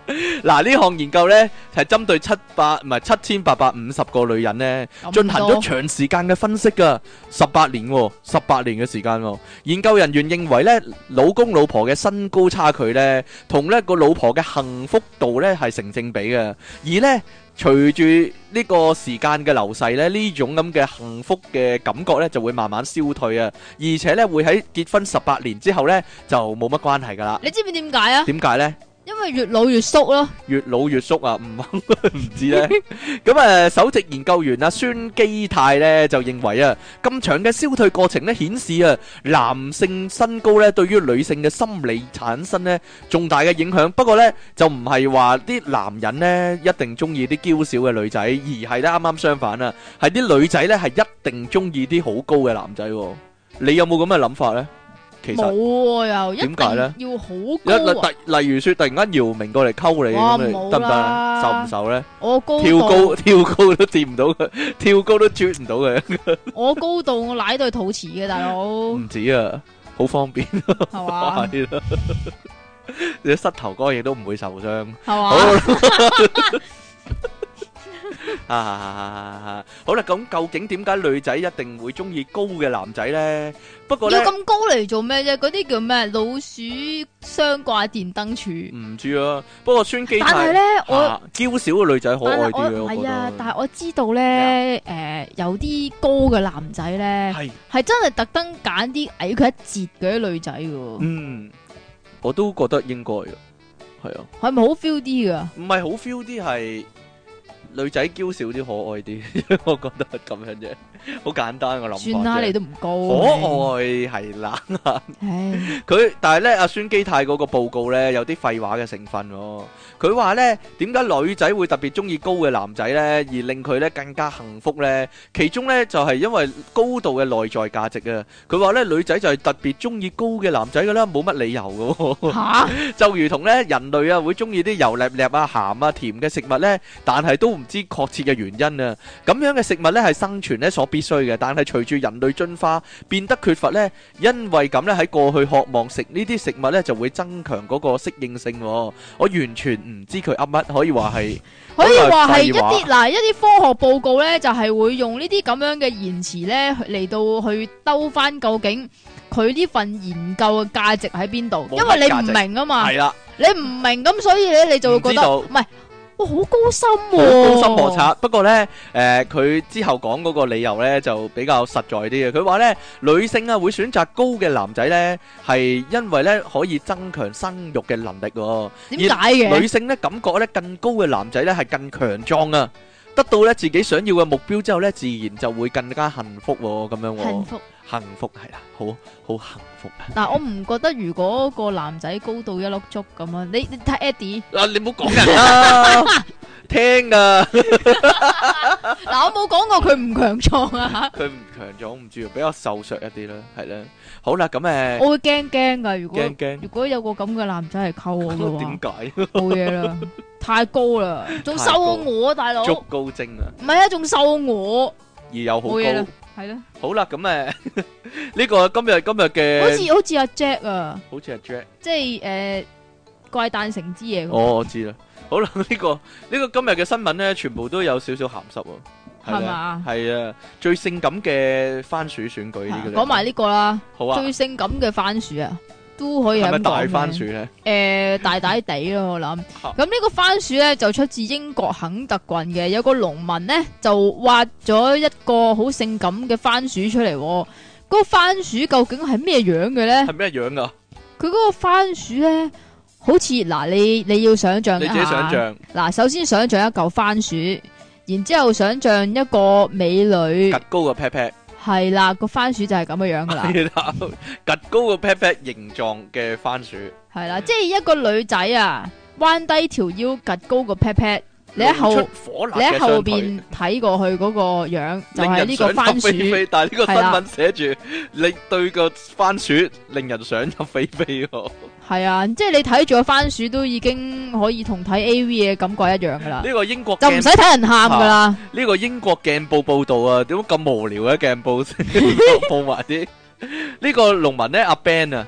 嗱，呢項研究呢，係針對七百唔係七千八百五十個女人呢， 進行咗長時間嘅分析噶，十八年喎，十八年嘅時間喎。研究人員認為呢，老公老婆嘅身高差距呢，同呢個老婆嘅幸福度呢係成正比嘅，而呢。隨住呢個時間嘅流逝咧，呢種咁嘅幸福嘅感覺呢就會慢慢消退啊，而且呢會喺結婚十八年之後呢就冇乜關係噶啦。你知唔知點解啊？點解呢？因為越老越縮咯，越老越縮啊，唔 唔知咧。咁诶，首席研究員啊，孫基泰咧就認為啊，咁長嘅消退過程咧顯示啊，男性身高咧對於女性嘅心理產生咧重大嘅影響。不過咧就唔係話啲男人咧一定中意啲嬌小嘅女仔，而係咧啱啱相反啊，係啲女仔咧係一定中意啲好高嘅男仔喎。你有冇咁嘅諗法咧？其冇實喎又一點解呢定要好一高啊！例例如說，突然間姚明過嚟溝你，哇咁你冇得唔得啊？啦受唔受咧？我高跳高度，跳高都掂唔 到佢，跳高都啜唔到佢，我高度，我奶對肚臍嘅大 佬，唔止啊，好方便係嘛係咯。 你膝頭哥亦都唔會受傷。 係好嘛，啦啊，好啦，咁究竟點解女仔一定會中意高嘅男仔咧？不過要咧，咁高嚟做咩啫？嗰啲叫咩？老鼠雙掛電燈柱。唔知啊。不過孫基但係泰咧，我啊嬌小嘅女仔可但愛係啲嘅，我我覺係啊，但得啊係我知道咧，誒有啲高嘅男仔咧，係係真係特登揀啲矮佢一截嗰啲女仔嘅，嗯，我都覺得應該嘅，係啊。係咪好 feel 啲噶？唔係好 feel 啲係女仔嬌小啲可愛啲， 我覺得咁樣啫，好簡單嘅諗法啫。哦算啦，你都唔高，可愛係啦， 唉，佢但係咧，阿孫基泰嗰個報告咧有啲廢話嘅成分喎。佢話咧，點解女仔會特別中意高嘅男仔咧，而令佢咧更加幸福咧？其中咧就係、因為高度嘅內在價值啊。佢話咧，女仔就係特別中意高嘅男仔噶啦，冇乜理由嘅喎。吓就如同咧人類啊會中意啲油膩膩啊鹹啊甜嘅食物咧，但係都唔知確切嘅原因啊。咁樣嘅食物咧係生存咧所必須嘅，但係隨住人類進化變得缺乏咧，因為咁咧喺過去渴望食呢啲食物咧就會增強嗰個適應性喎。我完全唔知佢噏乜，可以話係可以話係一好有啲嗱一啲科學報告咧，就係會用呢啲咁樣嘅言辭咧嚟到去兜翻究竟佢呢份研究嘅價值喺邊度，冇乜因為你唔價值明啊嘛，係啦，你唔明咁，所以咧你就會覺得唔唔知係，哇好高深好喎，高深莫測。不過咧，誒佢之後講嗰個理由咧就比較實在啲嘅。佢話咧，女性啊會選擇高嘅男仔咧，係因為咧可以增強生育嘅能力喎。點解嘅？女性咧感覺咧更高嘅男仔咧係更強壯啊，得到咧自己想要嘅目標之後咧，自然就會更加幸福喎，咁樣幸喎，福幸福係啦，好好幸福 啊！嗱，我唔覺得如果個男仔高到一碌竹咁啊，你你睇 Eddie，嗱，你唔好講人啦，聽啊，嗱我冇講過佢唔強 壯啊，佢唔強壯唔知啊，比較瘦削一啲啦，係啦，好啦，咁誒。我會驚驚噶，如果驚驚，如果有個咁嘅男仔係溝我嘅話 點， 解？冇嘢啦，太 高啦，仲太高瘦過我啊大佬，足唔高精啊，係啊，仲瘦過我，而又好冇嘢啦高。，係啦，好啦，咁誒， 呢個今日今日好嘅似好似阿 Jack 啊，好似係 Jack，即係誒怪誕城之夜咁，哦，我知啦。好啦， 呢個呢個今日嘅新聞咧，全部都有少少鹹濕喎，係咪啊？嘛？係啊，最性感嘅番薯選舉呢個咧啊講埋呢個啦，好啊，最性感嘅番薯啊，都可以係係咪咁大講嘅番薯啊咧？诶、呃大大地咯，我諗。咁呢個番薯咧就出自英國肯特郡嘅，有個農民咧就挖咗一個好性感嘅番薯出嚟、喎。嗰、個番薯究竟係咩樣嘅咧？係咩樣啊噶？佢嗰個番薯咧，好似嗱，你你要想象你一自己想 下。象，嗱，首先想象一嚿番薯，然之后想象一個美女趌，高個 pat pat，係啦，個番薯就係咁啊嘅樣噶啦。係啦， 趌高個 pat pat 形狀嘅番薯，系啦，即系一个女仔啊，彎低條腰，趌高個 pat pat，你喺後露出火你辣喺嘅後雙腿邊睇過去嗰個樣，就令係人呢個想番入薯，非非，但係呢個係新啦聞寫住你對個番薯令人想入非非喎，係啊，即係你睇住個番薯都已經可以同睇 A V 嘅感覺一樣噶啦，呢個英國啊就唔使鏡睇人喊噶啦，呢個英國鏡報報導啊，點解咁無聊嘅鏡報 報埋啲？呢個農民咧阿 Ben 啊，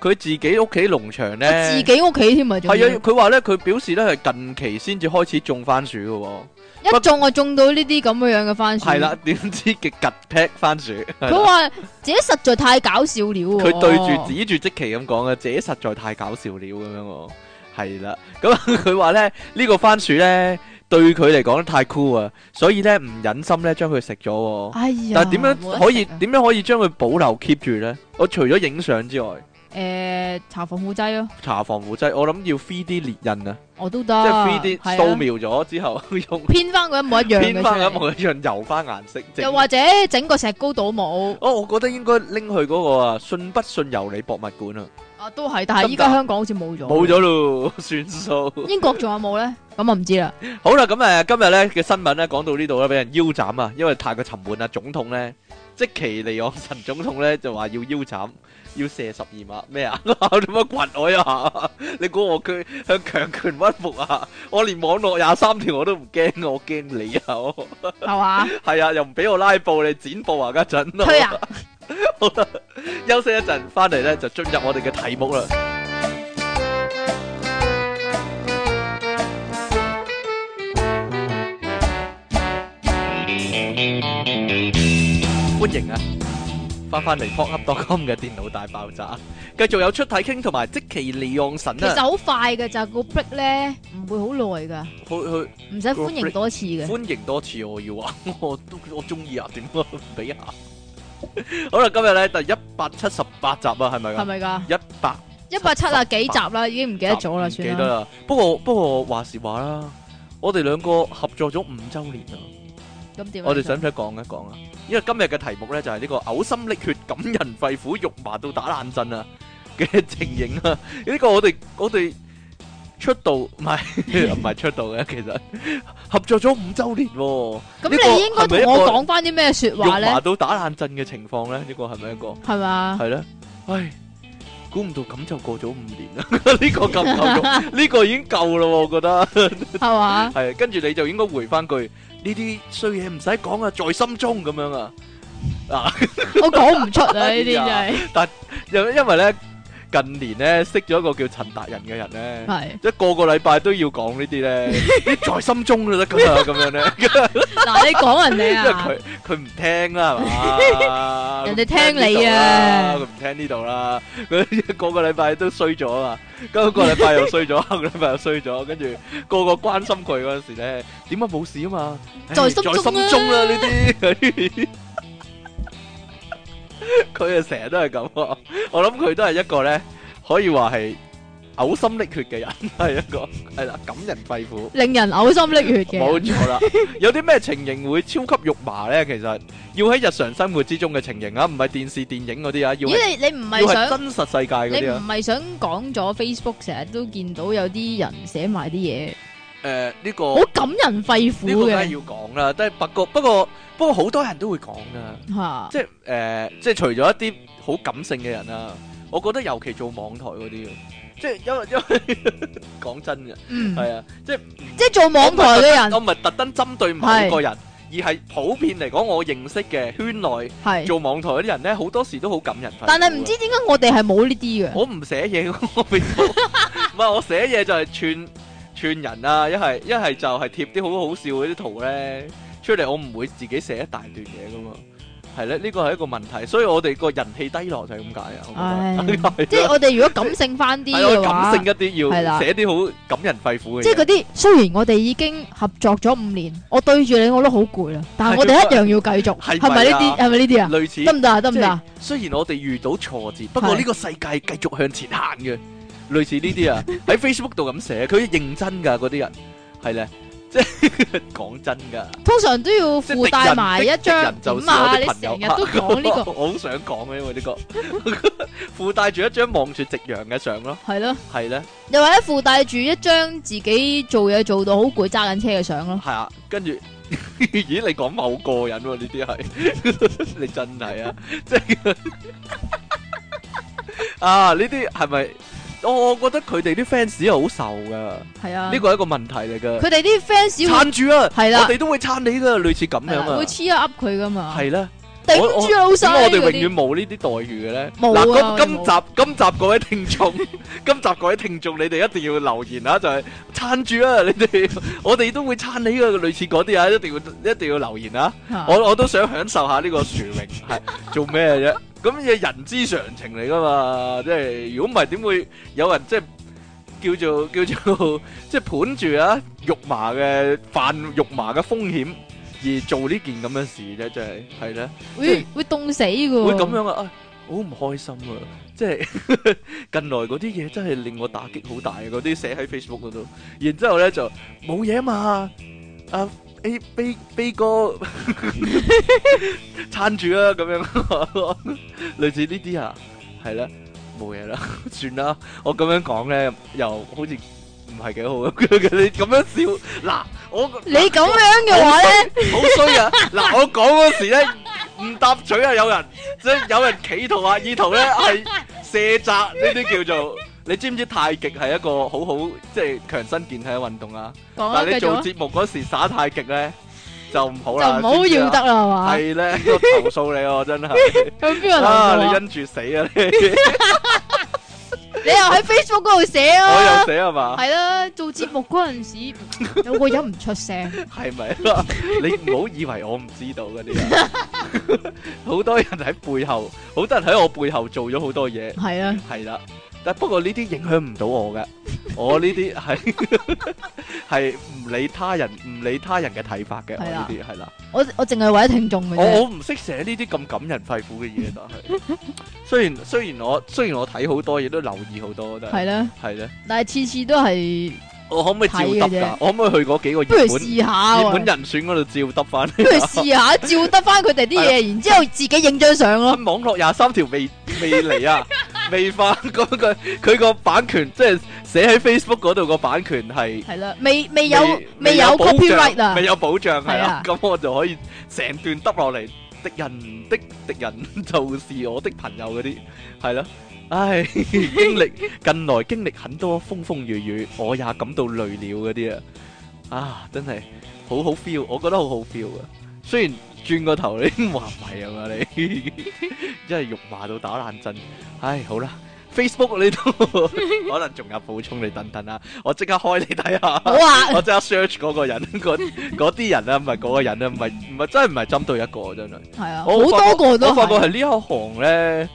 佢自己屋企農場我自咧。己屋企添啊，係仲要啊，佢話咧，佢表示咧係近期先至開始種番薯嘅喎，一中我中到呢啲咁嘅樣嘅番薯，係啦，點知嘅趌劈番薯，係佢啦話自己實在太搞笑了喎，佢對住指住即期咁講啊，自己實在太搞笑了咁樣喎，係啦，咁 佢話咧呢個番薯咧對佢嚟講太 cool 啊，所以咧唔忍心咧將佢食咗喎。哎呀，但係點冇得樣可以食啊點樣可以將佢保留 keep 住咧？我除咗影相之外，诶搽防腐劑咯，搽防腐劑，我諗要 3D 列印啊，我都即得，係 3D 係啊掃描咗之後用編翻佢一模一樣嘅編翻出嚟一模一樣油翻顏色。整又或者整個石膏倒模，哦，我覺得應該拎去嗰個啊，信不信由你博物館啊，啊都係，但係依得唔家得香港好似冇咗，冇咗咯，算數。英國仲有冇咧？咁我唔知啦。好啦，咁呃诶，今日咧嘅新聞咧講到呢度啦，俾人腰斬啊，因為太過沉悶啦，總統咧，即其尼昂神總統咧就話要腰斬，要射十二碼咩啊？ 做乜掘我啊？你估我佢向強權屈服啊？我連網絡廿三條我都唔驚，我驚你啊！我系嘛？ 係啊，又唔俾我拉布，你剪布啊家陣。推啊！休息一陣，翻嚟咧就進入我哋嘅題目啦。歡迎啊！翻翻嚟 p o p u p c o m 嘅電腦大爆炸，繼續有出體傾同埋即其利昂神其實啊！好快嘅咋，個 break 咧唔會好耐噶，去去唔使歡迎多次嘅。歡迎多次，我要話我都我中意啊，點啊唔俾啊！ 好啦，今日咧第一百七十八集啊，係咪係㗎？咪噶？一百。一百七啊幾集啦，已經唔記得咗啦，唔算記得啦。啦。不過不過話時話啦，我哋兩個合作咗五週年啦。咁點啊？我哋想唔想講一講啊？因為今日嘅題目咧就係、呢個嘔心瀝血、感人肺腑、肉麻到打冷震啊嘅情形啊！呢個我哋我哋出道唔係 唔係出道嘅，其實合作咗五週年喎、呢個咁你應該同係咪一個我講翻啲咩说肉話咧麻？到打冷震嘅情況咧，呢、個係咪一個？係嘛？係咧，唉，估唔到咁就過咗五年啦！ 呢個夠唔夠用？呢個已經夠啦喎，我覺得。係嘛？系，跟住你就應該回翻句呢啲衰嘢唔使講啊，在心中咁樣啊。我講唔出啊！呢啲真 哎係因因為咧近年咧識咗一個叫陳達人嘅人咧，係即係個個禮拜都要講呢啲咧，啲在心中就得噶啦，咁樣咧，嗱，你講人哋 因為啊佢，佢唔聽啦，係嘛？ 人哋聽你啊佢唔聽呢度啦，佢唔聽呢度啦，佢個個禮拜都衰咗啊，今個禮拜又衰 咗，下個禮拜又衰咗，跟住個個關心佢嗰陣時咧，點解冇事啊嘛？唉在心中啊在心中啦呢啲。 佢啊成日都係咁啊，我諗佢都係一個咧，可以話係嘔心瀝血嘅人，係一個係啦，感人肺腑。令人嘔心瀝血嘅。冇錯 啦，有啲咩情形會超級肉麻咧？其實要喺日常生活之中嘅情形啊，唔係電視電影嗰啲啊，要係咦？你你唔要係係想真實世界你嗰啲唔啊。係想講咗 Facebook 成日都見到有啲人寫埋啲嘢，誒呢個好感人肺腑呢個梗係嘅要講啦，但係不過不過不過好多人都會講噶，吓。即係誒即係除咗一啲好感性嘅人啊，我覺得尤其做網台嗰啲啊，即係因為因為 講真嘅嗯，係啊，即係即係做網台嘅人我唔係特登針對某個人，而係普遍嚟講，我認識嘅圈內。係。做網台嗰啲人咧，好多時都好感人肺腑但係唔知點解我哋係冇呢 啲嘅，我唔寫嘢，我俾唔係我寫嘢就係串串人啊，一係一係就係貼啲好好笑嗰啲圖咧出嚟，我唔會自己寫一大段嘢噶嘛。係咧，呢個係一個問題，所以我哋個人氣低落就係咁解啊。唉我覺得係即係我哋如果感性翻啲係啊我嘅感話，性一啲，係要啦寫啲好感人肺腑嘅嘢。即係嗰啲雖然我哋已經合作咗五年，我對住你我都好攰啦，但係我哋係一樣要繼續，係係咪呢咪啊啲？係咪呢啲啊？類似得唔得啊？得唔即得係啊？雖然我哋遇到挫折，不過係呢個世界繼續向前行嘅，類似呢 啲啊，喺 Facebook 度咁寫，佢認真㗎嗰啲人，係咧，即係 講真㗎，通常都要即附係敵帶人埋敵一敵人張就點是我啊？的你朋友成日都講 呢我好想講嘅，因為呢個 附帶住一張望住夕陽嘅相咯，個係咯，係咧，又或者附帶住一張自己做嘢做到好攰揸緊車嘅相咯，係啊，跟住。 咦，你講某個人喎、呢啲係 你真係啊，即係 啊呢啲係咪？我我覺得佢哋啲 fans 係好受噶。係啊，呢個係一個問題嚟噶。佢哋啲 fans 會撐住啊，係啦我哋都會撐你噶，類似咁係樣啦會啊，黐一噏佢噶嘛，係啦。頂我我住咁老我細啊嗰哋永啲遠冇呢啲待遇嘅咧。冇啊嗱，我今今哋集今集各位聽眾， 今集各位聽眾，你哋一定要留言啊，就係撐住啊，你哋，我哋都會撐你噶，類似嗰啲啊，一定要一定要留言啊。嚇我我都想享受下呢個殊榮，係做咩啫？咁嘢人之常情嚟噶嘛，即係如果唔係點會有人即係叫做叫做 即係盤住啊肉麻嘅犯肉麻嘅風險而做呢件咁嘅事啫，真係係咧，會會凍死噶，會咁樣啊！啊好唔開心啊！即係 近來嗰啲嘢真係令我打擊好大啊！嗰啲寫喺 Facebook 嗰度，然之後咧就冇嘢嘛，啊 A B B 哥 撐住啊咁樣， 類似呢啲啊，係啦，冇嘢啦， 算啦，我咁樣講咧又好似唔係幾好啊！ 你咁樣笑嗱，我你咁樣嘅話咧，好衰啊！嗱，我講嗰時咧唔搭嘴啊，有人即係有人企圖啊，意圖咧係卸責呢啲叫做。你知唔知太極係一個好好即係強身健體嘅運動啊？講啦， 但係繼你續做啊節目嗰時耍太極咧就唔好就啦，唔好知知要啊得啦，係嘛？係咧，我投訴你啊我 真係去邊個留啊！你啊？因住死啊！ 你你又喺 Facebook 嗰度寫我啊又？死係嘛？係啦，做節目嗰陣時 有個人唔出聲，係咪啦？你唔好以為我唔知道嗰啲 啊！好多人喺背後，好多人喺我背後做咗好多嘢。係啊，系啦，但不過呢啲影響唔到我嘅，我呢啲係 係唔理他人，唔理他人嘅睇法嘅，我係啦呢啲係啦，我我淨係為咗聽眾嘅我啫，我唔識寫呢啲咁感人肺腑嘅嘢，但係雖然雖然我雖然我睇好多嘢，都留意好多，但係係啦，係咧，但係次次都係，我可唔可以照睇得㗎嘅啫？我可唔可以去嗰幾個不如熱門試下熱喎門，人選嗰度照得翻？不如試下照得翻佢哋啲嘢，然之後自己影張相咯。喺 網絡廿三條未未嚟 啊，未發嗰個佢個版權，即係寫喺 Facebook 嗰度個版權係。係啦，未未有未未有有保障 copyright 啊未，有保障係係啊啊，咁我就可以成段耷落嚟，敵人的敵人 就是我的朋友嗰啲，係咯。 唉，經歷近來經歷很多風風雨雨，我也感到累了嗰啲啊，啊，真係好好 feel，我覺得好好 feel 啊。雖然轉個頭你話唔係啊嘛， 你真係辱罵到打冷震。唉，好啦，Facebook 呢度 可能仲有補充，你等等啦，我即刻開你睇下。好啊， 我即刻 search 嗰個人， 嗰嗰啲人啊，唔係嗰個人啊，唔係唔係真係唔係針對一個真係，係啊，好我發覺多個我都發覺係。係呢一行咧，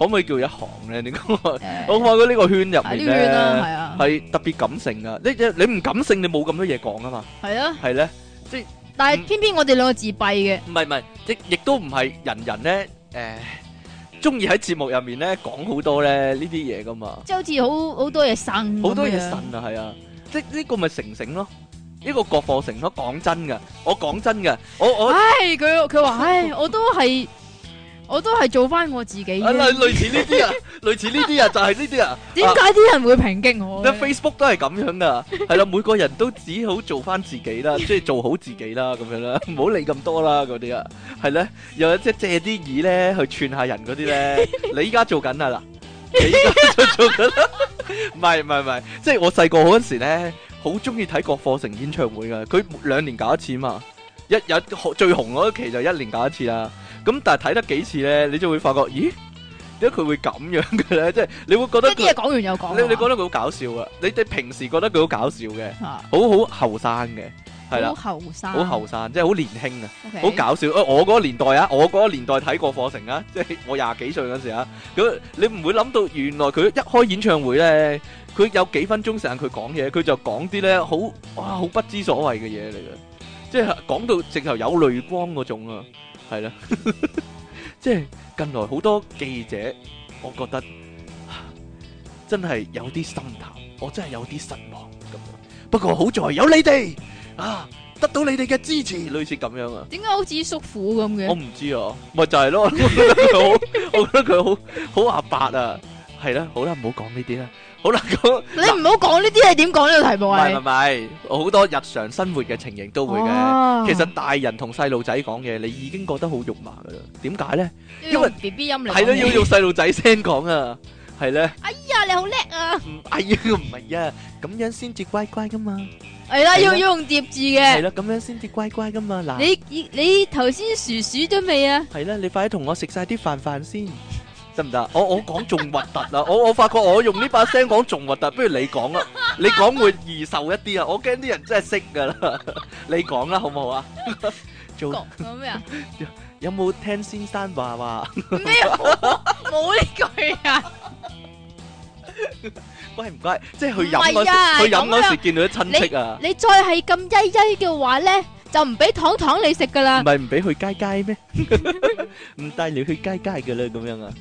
可唔可以叫一行咧？點講？誒 我發覺呢個圈入係面呢邊啦，咧係啊，係特別感性啊！你你你唔感性，你冇咁多嘢講啊嘛，係啊，係嗯咧，但係偏偏我哋兩個自閉嘅，唔係唔係，亦亦都唔係人人咧誒，中意喺節目入面咧講好多咧呢啲嘢噶嘛。即係好似好好多嘢呻，好多嘢神啊，係啊，即呢個咪成成咯，呢個國貨成咯。講真嘅，我講真嘅，我我啊唉，佢佢話唉，我都係我都係做翻我自己啫。啊類類似呢 啲啊，類似呢啲啊，就係呢啲啊。點解啲人會抨擊我咧嘅？ Facebook 都係咁樣噶，係啦，每個人都只好做翻自己啦，即 係做好自己啦，咁樣啦，唔好理咁多啦，嗰啲啊，係咧，又即係借啲意咧去串下人嗰啲咧，你依家做緊啊嗱，你依家就做緊啦， 唔係唔係唔係，即係我細個嗰陣時咧，好中意睇郭富城演唱會噶，佢兩年搞一次嘛，一有最紅嗰期就一年搞一次啦，咁但係睇得幾次咧，你就會發覺，咦，點解佢會咁樣嘅咧？即係你會覺得佢即係啲嘢講完又講你啊。你覺得佢好搞笑啊？你哋平時覺得佢好搞笑嘅，啊好好後生嘅，係啦，好後生，好後生，即係好年輕啊， OK，好搞笑。啊我嗰個年代啊，我嗰個年代睇過課程啊， 即係我廿幾歲嗰時啊，咁你唔會諗到原來佢一開演唱會咧，佢有幾分鐘時間佢講嘢，佢就講啲咧好哇好不知所謂嘅嘢嚟嘅，即係講到直頭有淚光嗰種啊，係啦， 即係近來好多記者，我覺得。 真係有啲心淡，我真係有啲失望咁樣。不過好在有你哋啊，得到你哋嘅支持，類似咁樣啊。點解好似叔父咁我嘅？唔知啊，咪就係咯， 我覺得佢好，我覺得佢好好阿伯啊，係啦，好啦，唔好講呢啲啦，好啦，咁你唔好講呢啲係點講呢個題目唔啊係唔係？係，我好多日常生活嘅情形都會嘅。哦其實大人同細路仔講嘢，你已經覺得好肉麻噶啦。點解咧？要因為用 B B 音嚟講係咯，要嘢用細路仔聲講啊，係咧，哎呀，你好叻啊！唔係啊，唔係啊，咁樣先至乖乖噶嘛。係啦，係要啦要用疊字係嘅。啦，咁樣先至乖乖噶嘛。嗱，你你頭先薯薯咗未啊？係啦，你快啲同我食晒啲飯飯先，得唔得？我我講仲核突啦，我我發覺我用呢把聲講仲核突，不如你講啦，你講會易受一啲啊！我驚啲人真係識噶啦， 你講啦好唔好啊？ 做講講咩啊？有冇聽先生話話？ 咩 冇呢句啊？乖唔乖？即係去飲嗰唔係啊時，去飲嗰時咁見到啲親戚啊，你再係咁曳曳嘅話咧，就唔俾糖糖你食噶唔啦。 係唔俾去街街咩？唔帶你去街街噶啦，咁樣啊？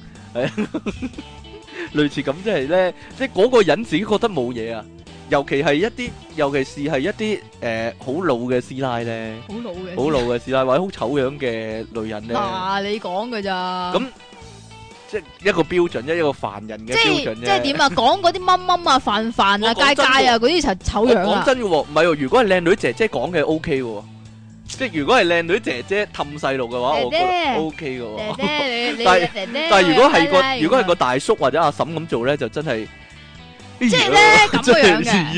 類似咁，即係咧，即係嗰個人自己覺得冇嘢啊。尤其係一啲，尤其是係一啲誒好老嘅師奶咧，好老嘅，好老嘅師奶或者好醜樣嘅女人咧，嗱，你講噶咋？咁即係一個標準，一個凡人嘅即標係準即係啫。點啊？講嗰啲乜乜啊、飯飯我啊、講街街真啊嗰啲就醜我樣講啦。真嘅喎，唔係喎，如果係靚女姐姐講嘅 O K 嘅喎，即係如果係靚女姐姐氹細路嘅話，我覺姐得姐 O K 嘅爹喎。 爹，你你但係爹爹但係如果係奶奶個如果係個大叔或者阿嬸咁做咧，就真係即即係 咧咁嘅樣嘅，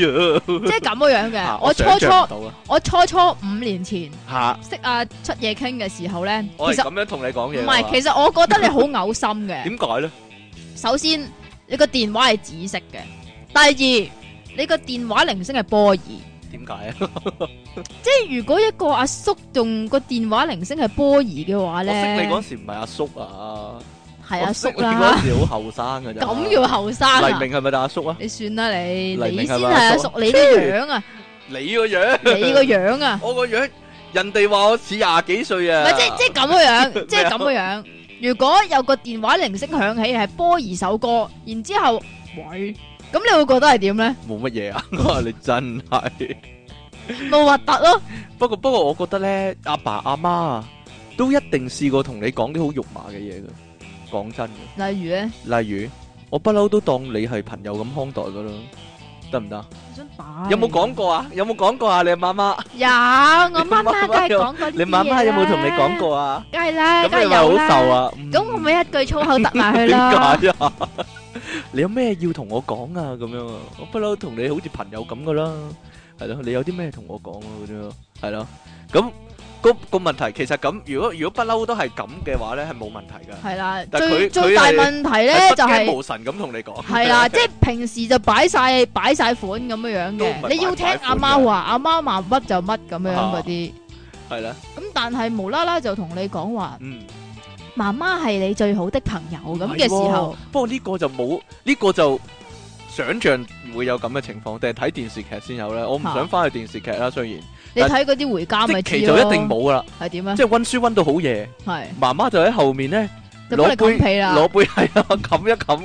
即係咁嘅樣啊嘅。我初初我初初五年前吓，識阿出嘢傾嘅時候咧，我其係實咁樣同你講唔嘢㗎嘛。啊係，其實我覺得你好嘔心 嘅。點解咧？首先，你個電話係紫色嘅；第二，你個電話鈴聲係波爾。即點解啊？係如果一個阿叔用個電話鈴聲係波爾嘅話我識咧你，嗰時唔係阿叔啊，係阿我叔識你 嗰啦，時好後生㗎咋。咁叫後生啊！黎明係咪大阿叔啊？你算啦你，黎明你先係咪係阿阿叔叔，你個樣啊，你個樣，你 個樣啊，我個樣，人哋話我似廿幾歲唔啊。係即係即係咁 嘅樣，即係咁嘅樣。如果有個電話鈴聲響起係波兒首歌，然之後喂，咁你會覺得係點咧？冇乜嘢啊！ 我話你真係。咪核突咯，不過不過，我覺得咧，阿爸阿媽啊，都一定試過同你講啲好肉麻嘅嘢嘅。講真嘅，例如咧，例如我不嬲都當你係朋友咁看待噶啦，得唔得？我想打有冇講？講過啊？有冇講過啊？你媽 媽，有，我媽媽梗係講過呢啲嘢啦你媽媽 à? 有冇同你講？過啊？梗係啦，梗咁係你咪好有受啦。啊？嗯咁我咪一句粗口突埋佢啦。點解啊？ 你有咩要同我講啊？咁樣啊，我不嬲同你好似朋友咁噶啦，係咯，你有啲咩同我講啊？咁樣係咯，咁個個問題其實咁，如果如果不嬲都係咁嘅話咧，係冇問題噶，係啦，但係佢佢最係最大問題咧係不就驚係無神咁同你講，係啦，即係平時就擺晒擺晒款咁樣樣都唔係嘅，你要聽擺阿款嘅媽話，阿媽話乜就乜咁樣嗰啲。 係啦，咁但係無啦啦就同你講話，嗯，媽媽係你最好的朋友咁嘅係喎時候，，不過呢個就冇呢個就。想象唔會有咁嘅情況，定係睇電視劇先有咧。我唔嚇想翻去電視劇啦，雖然你睇嗰啲回家即咪知期就咯。一定冇噶啦，係點啊？即係温書温到好夜。係媽媽就喺後面咧，就幫你攞杯冚被啦攞杯 係啊，冚一冚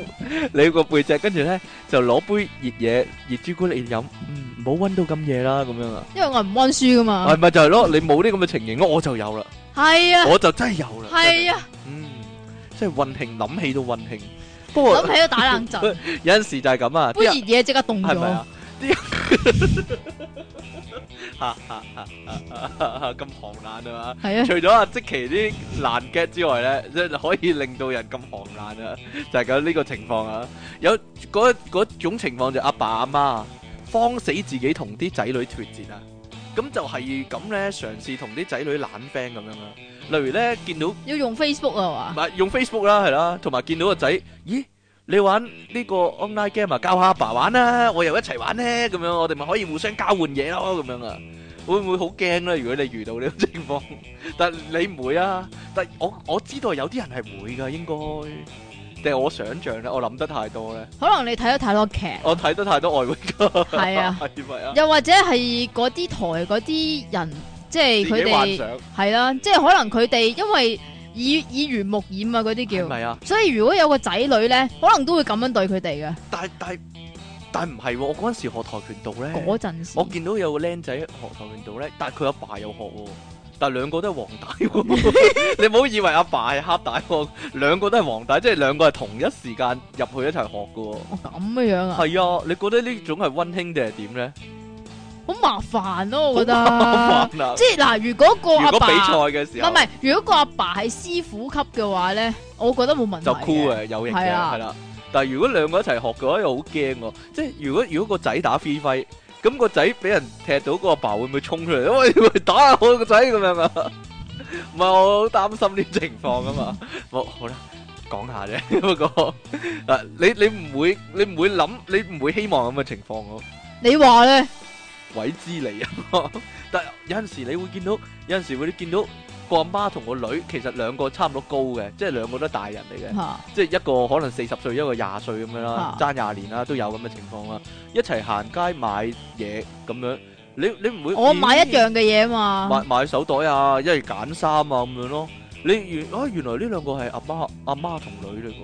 你個背脊，跟住咧就攞杯熱嘢熱朱古力飲，嗯，唔好温到咁夜啦，咁樣啊，因為我唔温書噶嘛係。咪就係咯？你冇呢咁嘅情形，我就有 啦，係啊，我就真係有啦，係啊，真係，嗯，真係温馨，諗起都温馨。不過諗起都打 冷震。有陣時就係咁啊，杯啲熱人嘢即刻係凍咪咗 啊，？啲人哈哈哈哈哈哈咁寒冷啊嘛〜係啊，除咗阿即奇啲爛 get 之外咧，即係可以令到人咁寒冷啊！就係咁呢個情況啊，有嗰嗰種情況就阿爸阿媽慌死自己同啲仔女脱節啊！咁就係咁咧，嘗試同啲仔女懶 friend 咁樣啊。例如咧，見到唔要用 Facebook 啊嘛，係用 Facebook 啦，係啦，同埋見到個仔，咦？你玩呢個 online game 啊，教下阿爸玩啦，我又一齊玩咧，咁樣我哋咪可以互相交換嘢咯，咁樣啊，會唔會好驚咧？如果你遇到呢種情況，但你唔會啊，但我我知道有啲人係會噶，應該定係我想象咧，我諗得太多咧，可能你睇咗太多劇，我睇得太多外匯歌，係啊係咪啊？又或者係嗰啲台嗰啲人，即係自佢己幻哋想係啦，即係可能佢哋因為耳耳濡目染啊嗰係啲叫，咪啊？所以如果有個仔女咧，可能都會咁樣對佢哋嘅但但但唔係喎，我嗰陣時學跆拳道咧。嗰陣時我。見到有個僆仔學跆拳道咧，但係佢阿爸又學喎，但係兩個都係黃帶 喎。 你唔好以為阿爸係黑帶喎，兩個都係黃帶，即係兩個係同一時間入去一齊學嘅喎。哦咁嘅樣啊，係啊，你覺得呢種係温馨定係點咧？好麻煩咯，我覺好得。麻煩啊！即係嗱，如果個如阿果比賽爸唔嘅時係候唔係，如果個阿爸係師傅級嘅話咧，我覺得冇問題就嘅。酷嘅，有型嘅係啊係啦。但係如果兩個一齊學嘅話，又好驚喎。即係如果如果個仔打 free fight，咁個仔俾人踢到，個阿爸會唔會衝出嚟？喂， 喂打我個仔咁樣啊？ 唔係我好擔心呢種情況啊嘛。 冇好啦，講下啫。 不過啊，你你唔會你唔會諗，你唔會希望咁嘅情況喎。你話咧？鬼知你啊！ 但係有陣時你會見到，有陣時會見到個阿媽同個女其實兩個差唔多高嘅，即係兩個都大人嚟嘅。吓即係一個可能四十歲，一個廿歲咁樣啦啊，爭廿年啦，都有咁嘅情況啦。一齊行街買嘢咁樣，你你唔會我買一咦樣嘅嘢嘛。買買手袋啊，一係揀衫啊咁樣咯。你原啊原來呢兩個係阿媽阿媽同女嚟㗎，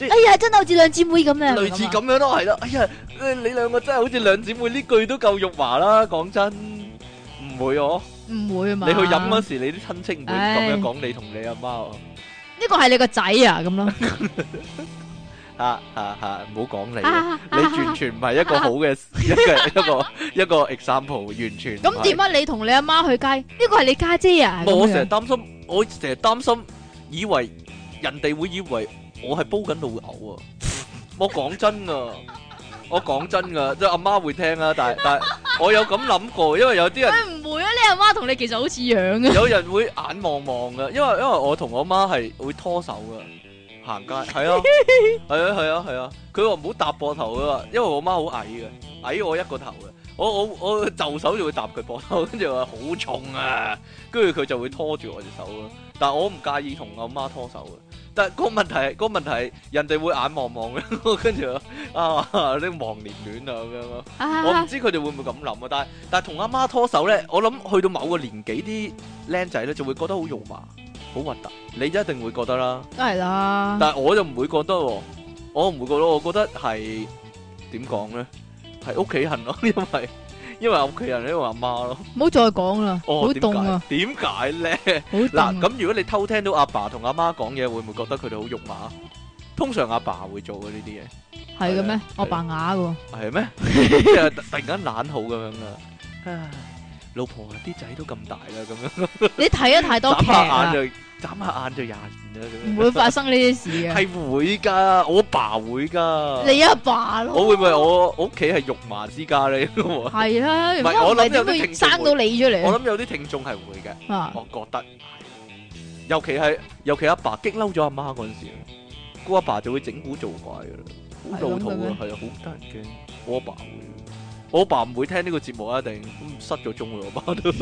哎 dạ, 呀，真係好似兩姊妹咁啊！類似咁樣咯，係啦。哎呀，你你兩個真係好似兩姊妹呢句都夠肉麻啦，講真，唔會哦。唔會啊嘛。你去飲嗰時，你啲親戚唔會咁唉樣講你同你阿媽哦。呢個係你個仔啊咁咯。啊啊啊！唔好講你啊，啊你完全唔係一個好 嘅一個一個一個 example，完全唔係。咁點啊？你同你阿媽去街，呢個係你家姐啊？我咁成日樣擔心，我成日擔心，以為人哋會以為我係煲緊老 牛啊！我講真啊，我講真噶，即係阿媽會聽啊，但係但係我有咁諗過，因為有啲人。佢唔會啊！你阿媽同你其實好似樣啊。有人會眼望望噶，因為因為我同我媽係會拖手噶，行街係啊，係啊係啊係啊，佢話唔好搭膊頭噶嘛，因為我媽好矮嘅，矮我一個頭嘅，我我我就手就會搭佢膊頭， 跟住話好重啊，跟住佢就會拖住我隻手咯，但係我唔介意同我媽拖手嘅。但係個問題係，個問題係人哋會眼望望嘅，跟住啊啲忘年戀啊咁樣咯。我唔啊知佢哋會唔會咁諗啊，但係但係同阿媽拖手咧，我諗去到某個年紀啲僆仔咧就會覺得好肉麻，好核突，你一定會覺得啦。梗係啦。但係我就唔會覺得喎，我唔會覺得，我覺得係點講咧？係屋企人咯，因為因為屋企人，因為阿媽咯。唔好再講啦，好哦，點凍啊，解？點解咧？好凍啊。嗱，咁如果你偷聽到阿爸同阿媽講嘢，會唔會覺得佢哋好肉麻？通常阿爸會做嘅呢啲嘢。係嘅係咩啊？我扮啞嘅喎。系 咩？即係突突然間懶好咁樣噶，唉老婆啊，啲仔都咁大啦，咁樣你睇得太多眨劇下眼啦，就眨下眼就廿年啦，咁唔樣會發生呢啲事嘅。係會㗎，我爸會㗎。你阿爸咯。我會唔會我我屋企係肉麻之家咧？ 我係啦，如唔係果唔我係諗有點啲會聽眾會生到你出嚟諗有啲聽眾係會嘅，啊啊？我覺得，尤其係尤其阿爸激嬲咗阿媽嗰陣時，個阿爸就會整蠱做怪㗎啦，好老土係咁嘅咩啊，係啊，好得人驚。我阿爸會，我阿爸唔會聽呢個節目啊，一定咁失咗蹤喎，我阿爸 都。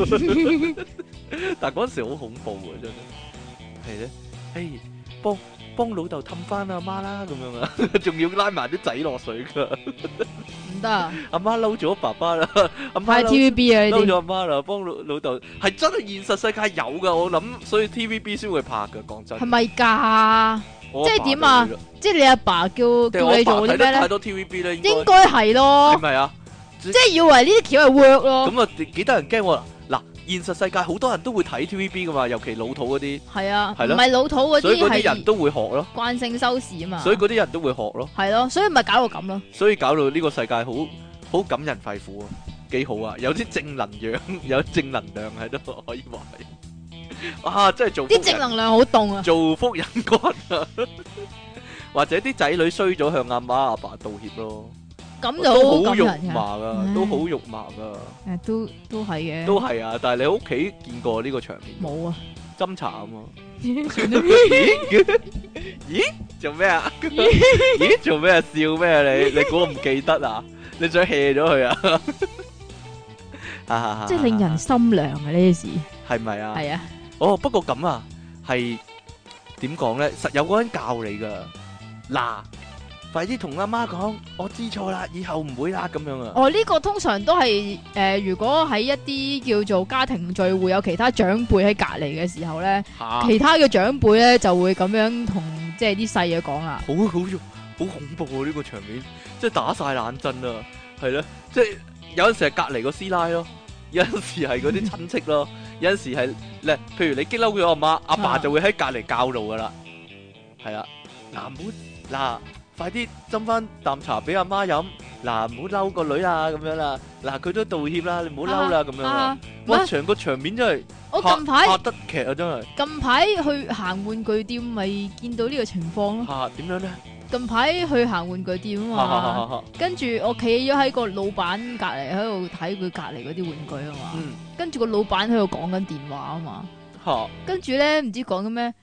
但嗰陣時好恐怖嘅真係，係咧，誒幫幫老豆氹翻阿媽啦咁樣啊， 仲要拉埋啲仔落水噶，唔得啊，阿媽嬲咗爸爸啦，阿媽太嬲 TVB 啊嬲咗呢阿媽啦，幫老老豆係真係現實世界有噶，我諗所以 TVB 先會拍噶，講啲，真係，咪㗎？我阿即係爸點就啊會啦？即係你阿爸叫定係叫我你阿做爸睇啲咩得太咧？多 TVB 咧，應應該該係係咯，咪啊？即係以為呢啲橋係 work 咯。咁啊幾幾得人驚喎！嗱，現實世界好多人都會睇 TVB 噶嘛，尤其老土嗰啲，係啊，係咯唔係老土嗰所以啲嗰啲人係都會學咯，慣性收視啊嘛。所以嗰啲人都會學咯。係咯，所以咪搞到咁咯。所以搞到呢個世界好好感人肺腑啊，幾好啊！有啲正能量， 有正能量喺度，可以話係啊，真係做福啲正人能量好凍啊，做福人君啊！ 或者啲仔女衰咗，向阿媽阿爸道歉咯，咁就都好感肉人嘅。麻唉噶，都好肉麻噶，誒，都都係嘅，都係啊！但係你屋企見過呢個場面，冇啊。斟茶啊嘛。咦？咦？做咩啊？咦？做咩啊？笑咩啊？你你估我唔記得啊？你想 hea 咗佢啊？啊啊啊即係令人心涼啊！呢啲事係咪啊？係啊，哦，不過咁啊，係點講咧？實有個人教你噶。嗱，快啲同阿媽講，我知錯啦，以後唔會啦，咁樣啊。哦呢個通常都係誒，如果喺一啲叫做家庭聚會有其他長輩喺隔離嘅時候咧，吓，其他嘅長輩咧就會咁樣同即係啲細嘢講啦。好好肉好恐怖啊！呢個場面，即係打晒冷震啊，係咯，即係有陣時係隔離個師奶咯， 有陣時係嗰啲親戚咯，有陣時係咧，譬如你激嬲佢阿媽，阿爸啊就會喺隔離教路噶啦，係啦，嗱唔好嗱，快啲斟翻啖茶俾阿媽飲，嗱唔好嬲個女啊咁樣啦，嗱佢都道歉啦，你唔好嬲啦咁樣啊啊，，哎哇咩場個場面真係我拍近排拍得劇啊真係近排去行玩具店，咪見到呢個情況咯。嚇點樣咧？近排去行玩具店嚇啊嚇嘛嚇。嚇，跟住我企咗喺個老闆隔離喺度睇佢隔離嗰啲玩具啊嘛，嗯跟住個老闆喺度講緊電話啊嘛，嚇跟住咧唔知講緊咩，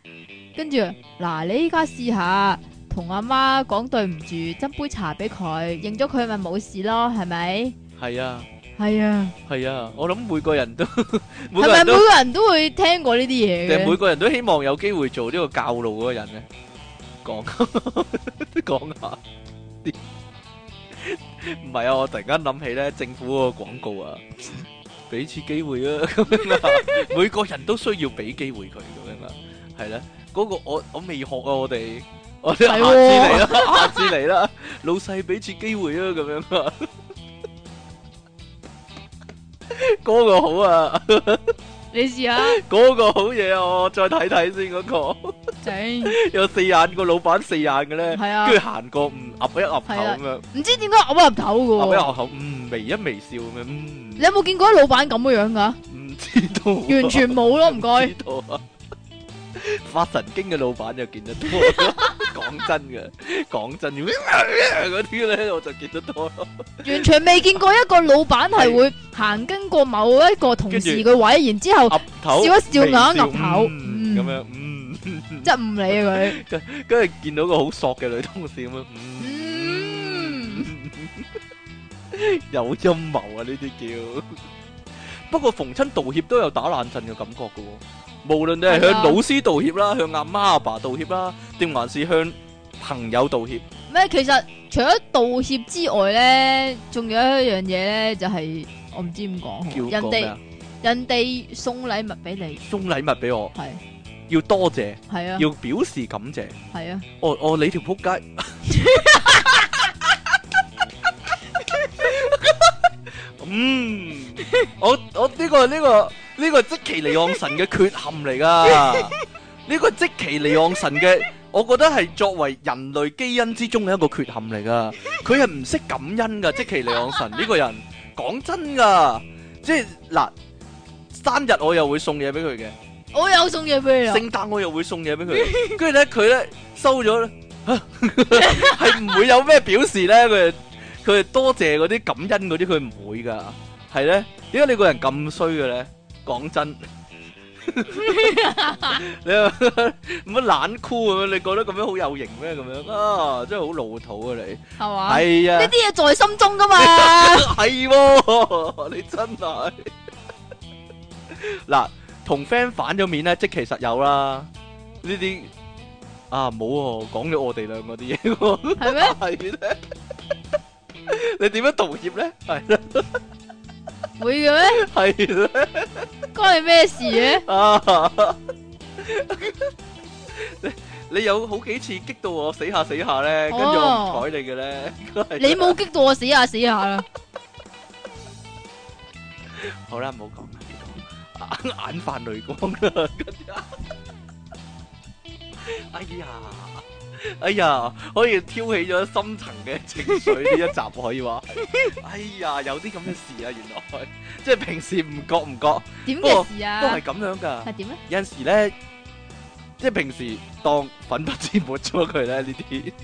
跟住嗱你依家試下同阿媽講對唔住，斟杯茶俾佢，認咗佢咪冇事咯，係咪？係啊。係啊，系啊，我谂每個人都 每個係咪人每都，個人都會聽過呢啲嘢定每嘅？個人都希望有機會做呢個教路嗰個人咧？講 講下啲，唔係啊！我突然間諗起咧，政府嗰個廣告啊，俾次機會啊，咁樣啊，每個人都需要俾機會佢咁樣啊，係啦，嗰、個我我未學啊，我哋我哋下次係喎嚟啦，下次嚟啦，老細俾次機會啊，咁樣啊，嗰個好啊，你試下， 嗰個好嘢啊，我再睇睇先嗰 個，整有四眼個老闆四眼嘅咧，係啊啊跟，住行過唔岌一岌頭咁樣，唔知點解噏入頭嘅岌一喎。岌頭，嗯微一微笑咁樣，嗯你有冇見過啲老闆咁嘅 樣㗎？唔知道啊，完全冇咯，唔該。 知道啊！發神經嘅老闆就見得多， 講真嘅， 講真嗰啲咧我就見得多咯。完全未見過一個老闆係會行經過某一個同事嘅位，然之後岌頭，笑一笑微咬一岌頭嗯嗯咁樣，嗯，即係唔 理佢。跟住見到個好索嘅女同事咁樣，嗯嗯，有陰謀啊！呢啲叫。 不過逢親道歉都有打冷震嘅感覺嘅喎，無論你係係向啊老師道歉啦，向阿媽阿爸道歉啦，定還是向朋友道歉，咩？其實除咗道歉之外咧，仲有一樣嘢咧，就係我唔知點叫講，人講咩哋啊？人哋送禮物俾你，送禮物俾我。係要多謝，係啊，要表示感謝。係啊，哦哦，你條撲街，嗯，我我呢、個呢、個呢、個即其尼昂神嘅缺陷嚟噶，呢個即其尼昂神嘅，我覺得係作為人類基因之中嘅一個缺陷嚟噶。佢係唔識感恩噶，即其尼昂神呢個人，講真噶，即係嗱，生日我又會送嘢俾佢嘅。我有送嘢俾你啊啦，聖誕我又會送嘢俾佢， 跟住咧佢咧收咗咧， 係唔會有咩表示咧？佢佢多謝嗰啲感恩嗰啲，佢唔會噶，係咧。點解你個人咁衰嘅咧？講真， 你又 唔好懶酷咁樣，你覺得咁樣好有型咩？咁樣啊，真係好老土啊你。係嘛？係啊，呢。啲嘢在心中噶嘛 系喎，你真係嗱，同 friend 反咗面咧，即其實有啦。呢啲啊冇喎，講咗我哋兩個啲嘢喎，係咩？係咧。你點樣道歉咧？係咧，會 嘅咩？係咧。關你咩事嘅？啊！你你有好幾次激到我死下死下咧，跟住我唔睬你嘅咧。你冇激到我死下死下啦，好啦，唔好講啦，呢度眼眼泛淚光啦，跟住，哎呀，哎呀，可以挑起咗深層嘅情緒呢一集可以話，哎呀，有啲咁嘅事啊，原來即係平時唔覺唔覺點不過嘅事都係啊？咁樣噶，係點咧？有陣時咧，即係平時當粉筆字抹咗佢咧呢啲。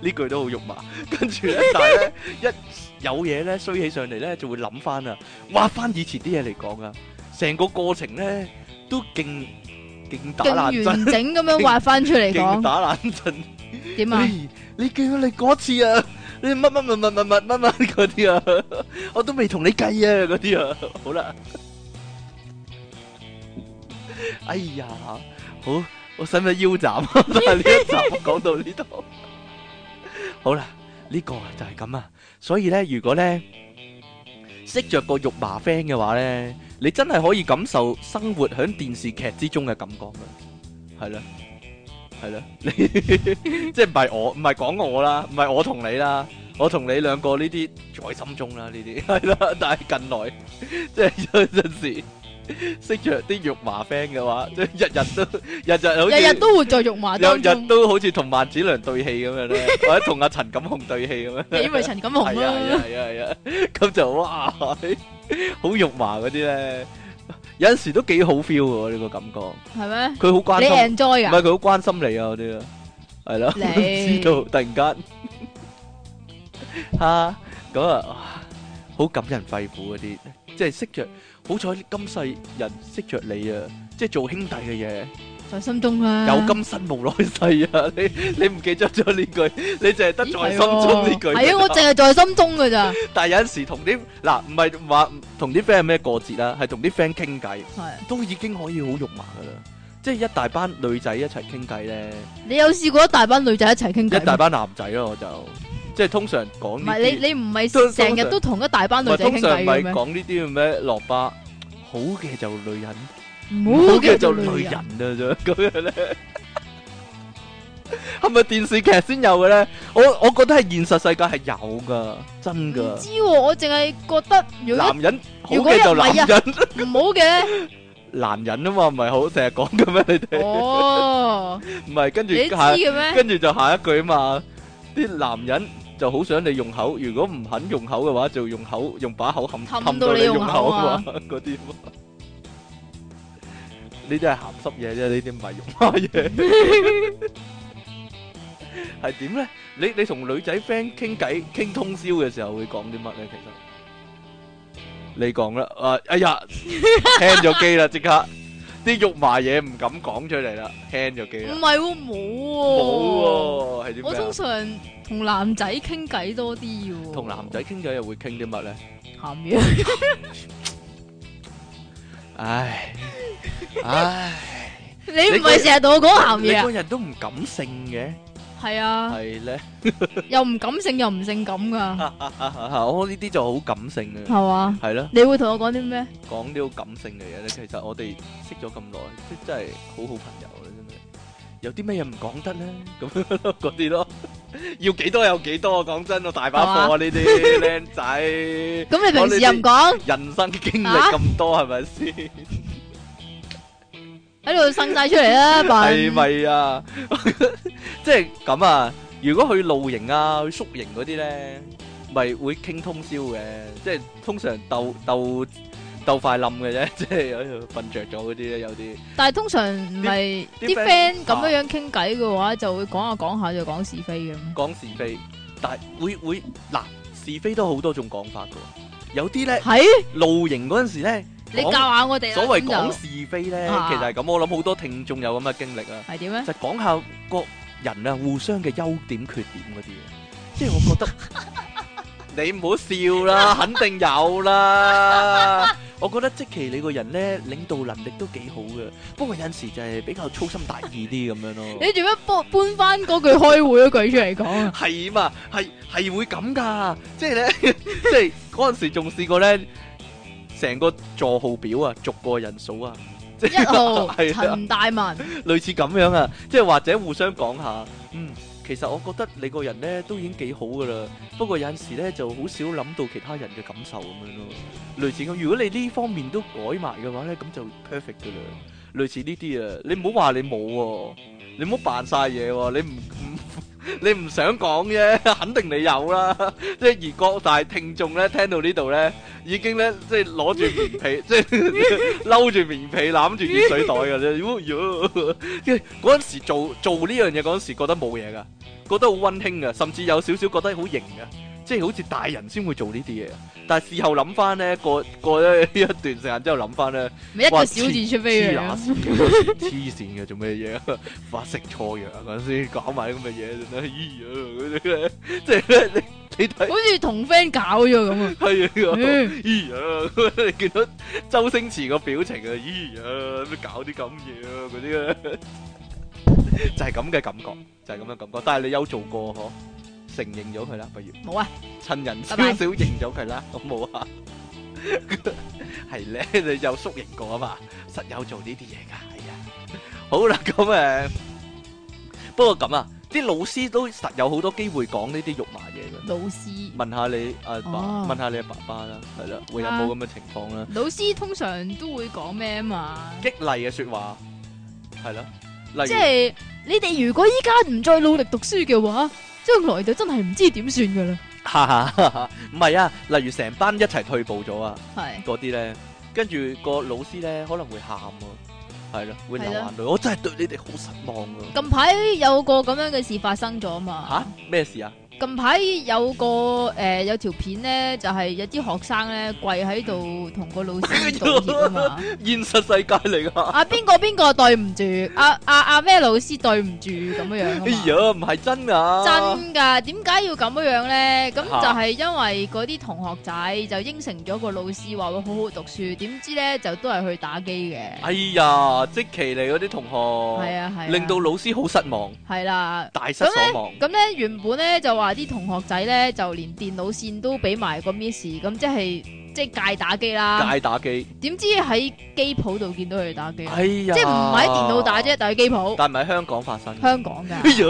呢句都好肉麻，跟 住咧，但係咧一有嘢咧衰起上嚟咧，就會諗翻啊，挖翻以前啲嘢嚟講啊，成個過程咧都勁勁打勁冷震，完整咁樣畫翻出 嚟勁講，打冷震。點啊？你你記得你嗰次啊，你乜乜乜乜乜乜乜乜嗰啲啊，我都未同你計啊嗰啲啊，好啦，哎呀，好，我使唔使腰斬啊？ 呢一集講到呢度，好啦，呢個就係咁啊，所以咧，如果咧識着個肉麻 friend 嘅話咧，你真係可以感受生活喺電視劇之中嘅感覺嘅，係啦。係啦，你即係唔係我，唔係講我啦，唔係我同你啦，我同你兩個呢啲在心中啦，呢 啲係啦，但係近來即係有陣時識着啲肉麻 friend 嘅話，即係日日都日日好似日日都活在肉麻當日日中，都好似同萬梓良對戲咁樣咧，或者同阿陳錦鴻對戲咁樣。你咪陳錦鴻係啊係啦啊，係啊係啊，咁就 哇，好肉麻嗰啲咧，有陣時都幾好 feel 嘅喎呢個感覺，係咩？佢好關你心。 enjoy 唔係噶？佢好關心你啊，嗰啲啊，係咯， 你知道突然間嚇咁啊，哇好感人肺腑嗰啲，即係識着。好彩今世人識着你啊，即係做兄弟嘅嘢，在心中啦，有今生無來世啊！你你唔記得咗呢句，你淨係得在咦心中呢句。係啊，我淨係在心中 噶咋，但係有陣時同啲嗱唔係話同啲 friend 咩過節啦，係同啲 friend 傾偈，係都已經可以好肉麻噶啦，即係一大班女仔一齊傾偈咧。你有試過一大班女仔一齊傾偈一大咩？班男仔咯，我就即係通常講唔呢係啲，你你通唔係常成日都同一大班唔係女仔通傾常偈咪嘅咩？講呢啲咩落巴，好嘅就女人，唔唔好嘅嘅 就做女人啊，咁樣咧。系咪電視劇先有嘅咧？我我觉得係現實世界係有噶，真唔噶知。喎，我淨係覺得如果男人好如果嘅就一唔係男啊人，唔好嘅，男人啊嘛，唔係好成日講嘅咩？你哋哦，唔係跟住你知下嘅咩？跟住就下一句啊嘛，啲男人就好想你用口，如果唔肯用口嘅話，就用口用把口冚氹冚到你你用口口啊 啊嘛，嗰啲嘛呢啲係鹹濕嘢啫，呢啲唔係用開 嘢。係點咧？你你同女仔 friend 傾偈傾通宵嘅時候會講啲乜咧？其實你講啦，啊 哎呀，輕咗機啦，即刻啲肉麻嘢唔敢講出嚟啦，輕咗機唔啦，係喎，à? 冇喎。冇喎，係點我咩啊通？常同男仔傾偈多啲喎。同男仔傾偈又會傾啲乜咧？鹹 嘢，唉，唉，你唔係成日同我講鹹你嘢個啊？人都唔感性嘅，係啊，係咧，又唔感性又唔性感噶， 我呢啲就好感性嘅，係嘛？係咯，你會同我講啲咩？講啲好感性嘅嘢咧。其實我哋識咗咁耐，即真係好好朋友啊啦，真係。有啲咩嘢唔講得咧？咁樣咯嗰啲咯，要幾多有幾多。講真，我大把貨啊呢啲僆仔。咁你平時又唔講，人生經歷啊咁多係咪先？喺度生晒出嚟啦，扮係咪啊？ 即係咁啊！如果去露營啊、去宿營嗰啲咧，咪會傾通宵嘅，即係通常鬥鬥鬥快冧嘅啫，即 係喺度瞓着咗嗰啲咧，有啲但係通常唔係啲啲 friend- friend 咁樣樣傾偈嘅話，就會講下講下就講是非嘅。講是非，但係會會嗱是非都好多種講法噶，有啲咧係露營嗰陣時咧，你講教下我哋啦。所謂咁講就是非咧，啊其實係咁，我諗好多聽眾有咁嘅經歷啊。係點咧？就講下個人啊，互相嘅優點、缺點嗰啲 嘢，即係我覺得你唔好笑 啦，肯定有啦。我覺得即其你個人咧，領導能力都幾好嘅，不過有陣時就係比較粗心大意啲咁樣咯。 你做乜搬搬翻嗰句開會嗰句出嚟講啊？係嘛，係係會咁噶，即係咧， 即係嗰陣時仲試過咧，成個座號表啊，逐個人數啊，即一 號係啊陳大文，類似咁樣啊，即係或者互相講下，嗯，其實我覺得你個人咧都已經幾好噶啦，不過有陣時咧就好少諗到其他人嘅感受咁樣咯，類似咁。如果你呢方面都改埋嘅話咧，咁就 perfect 噶啦，類似呢啲啊，你唔好話你冇喎、你唔好扮晒嘢喎，你唔 唔。你唔想講啫， 肯定你有啦。即係而各大聽眾咧，聽到呢度咧，已經咧即係攞住棉被，即係 嬲住棉被攬住熱水袋嘅啫。妖妖即係嗰陣時做做呢樣嘢嗰陣時，覺得冇嘢噶，覺得好温馨噶，甚至有少少覺得好型嘅，即係好似大人先會做呢啲嘢。但係事後諗翻咧，過 過咗一段時間之後諗翻咧。咪一哇個小字出飛黐嘅。線黐線嘅做咩嘢 啊？發食錯藥啊！嗰陣時搞埋啲咁嘅嘢，真係咦呀嗰啲咧，即係咧你你睇好似同 friend 搞咗咁 啊！係啊，嗯咦呀！你見到周星馳個表情啊，咦呀！咩搞啲咁嘢啊？嗰啲咧就係咁嘅感覺，就係咁嘅感覺。但係你有做過呵？承認咗佢啦，不如冇啊，趁人少拜少拜認咗佢啦，好冇啊？係咧，你有縮形過啊嘛，實有做呢啲嘢㗎，係啊。好啦，咁誒、呃不過咁啊，啲老師都實有好多機會講呢啲肉麻嘢嘅。老師，問下你阿爸，哦問下你阿爸爸啦，係啦，會有冇咁嘅情況啦？老師通常都會講咩啊嘛？激勵嘅説話係啦，即例 如係你哋如果依家唔再努力讀書嘅話，將來就真係唔知點算噶啦。哈哈哈哈唔係啊，例如成班一齊退步咗啊。係嗰啲咧，跟住個老師咧可能會喊喎，係咯，會流係咯眼淚。我真係對你哋好失望啊！近排有個咁樣嘅事發生咗嘛？吓咩事啊？近排有個诶、呃有條片咧，就係有啲學生咧跪喺度同個老 師道歉啊嘛。現實世界嚟噶，啊邊個邊個對唔住？啊啊啊咩老師對唔住咁樣样啊哎嘛呀，唔係真噶，真㗎，點解要咁樣樣咧？咁嚇就係因為嗰啲同學仔就應承咗個老師話會好好讀書，點知咧就都係去打機嘅。哎呀，即其嚟嗰啲同係學，啊係啊。哦令到老師好失望，係啦。大失所望。咁咧原本咧就話啲同學仔咧就連電腦線都俾埋個 miss，咁即係即即係戒打機啦。戒打機。點知喺機鋪度見到佢哋打機，哎呀，即係唔喺電腦打啫，，但係 機鋪但唔喺香港發生。香港㗎。哎呀，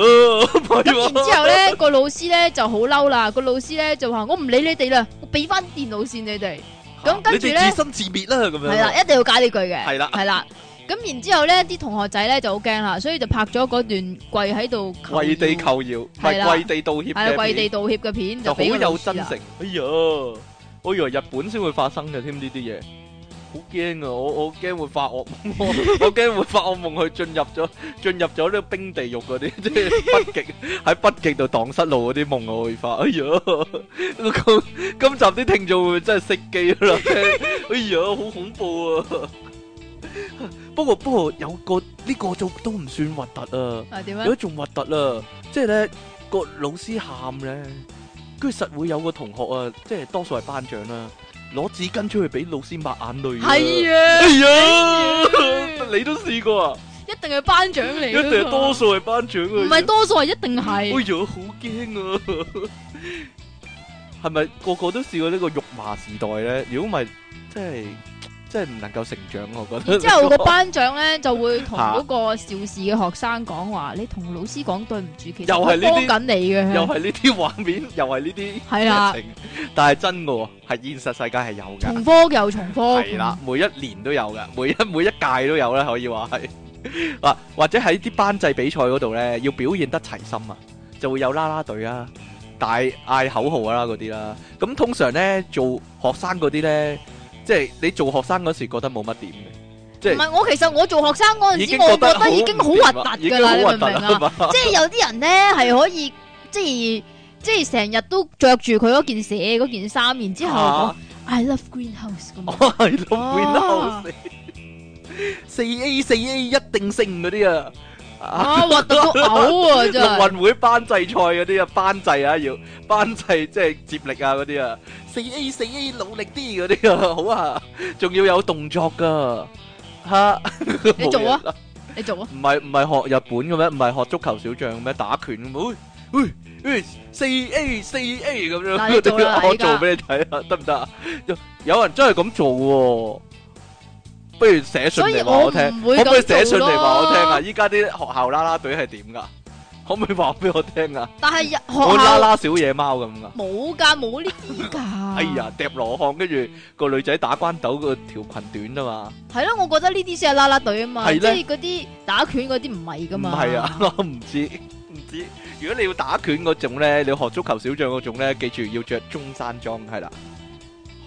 唔係咁然之喎後咧，個老師咧就好嬲啦，個老師咧就話：我唔理你哋啦，我俾翻電腦線你哋。咁跟住你咧哋自生自滅啦，咁樣。係啦，一定要解呢句嘅。係啦係啦。咁然之後咧，啲同學仔咧就好驚啦，所以就拍咗嗰段跪喺度求跪地饒求饒，唔係係啦跪地道歉係啦，跪嘅片，地道歉嘅片就好俾個老有師真啦誠。哎呀，我以為日本先會發生嘅添呢啲嘢，好驚啊！我我驚會發惡 夢，我我驚會發惡夢去進入咗進入咗呢個冰地獄嗰啲， 即係北極喺北極度蕩失路嗰啲夢我會發。哎呀，今今集啲聽眾會唔會真係熄機啦！ 哎呀，好恐怖啊！不過不過有個呢個都都唔算核突啊。啊點有樣？一仲核突啦，即係咧個老師喊咧，跟住實會有個同學啊，即係多數係班長啦，攞紙巾出去俾老師抹眼淚。啊！係哎啊，呀， 你都試過啊？一定係班長嚟一㗎嘛。定係多數係班長啊！唔係多數係一定係。哎呀，好驚啊！ 係咪個個都試過呢個辱罵時代咧？如果唔係，真係真係唔能夠成長， 我覺得。然之後個班長咧就會同嗰個肇事嘅學生講話：你同老師講對唔住，其實又係呢啲我幫緊你 又嘅。係呢啲畫 面，又係呢啲。係啦，情，但係真嘅喎，係現實世界係有㗎，重科又重科。係啦，每一年都有㗎，每一每一屆都有啦，可以話係 啊，或者喺啲班際比賽嗰度咧，要表現得齊心啊，就會有啦啦隊啊，大嗌口號啊嗰啲啦，咁通常咧做學生嗰啲咧，即係你做學生嗰時覺得冇乜點嘅，即唔係係我其實我做學生嗰已陣時，經我覺覺得已經經好唔核掂突啦已㗎經啦，好你核明唔突 明 啊？啦嘛，即係有啲人咧係可以即係。即係成日都着住佢嗰件社嗰件衫，然之後講啊 I love greenhouse 咁樣，係咯，哦會嬲啊死四 A 四 A 一定勝嗰啲啊！啊核突到嘔啊真 陸係！運會班制賽嗰啲啊，班制啊，要班制即係接力啊嗰啲啊，四 A 四 A 努力啲嗰啲啊，好啊，仲要有動作噶吓。你做冇啊嘢啦！你做啊，唔係唔係學日本嘅咩？唔係學足球小將嘅咩？打拳嘅咩？喂喂喂，四 A 四 A 咁嗱你 做啦樣，我你依家做俾你睇啊，得唔得啊？有有人真係咁做喎。不如寫信所以嚟話我我聽，可唔會唔可以咁寫信做嚟話我聽啊？咯。依家啲學校啦啦隊係點噶？可唔可以話俾我聽啊？但係日學我啦校啦小野貓咁噶。冇㗎，冇呢啲㗎。哎呀，疊羅漢，跟住個女仔打關鬥，個條裙短啊係咯，我覺得呢啲先係啦啦隊啊嘛，係即咧係嗰啲打拳嗰啲唔係噶嘛，唔嘛。係啊， 我唔知唔知。如果你要打拳嗰種咧，你要學足球小將嗰種咧，記住要着中山裝係啦，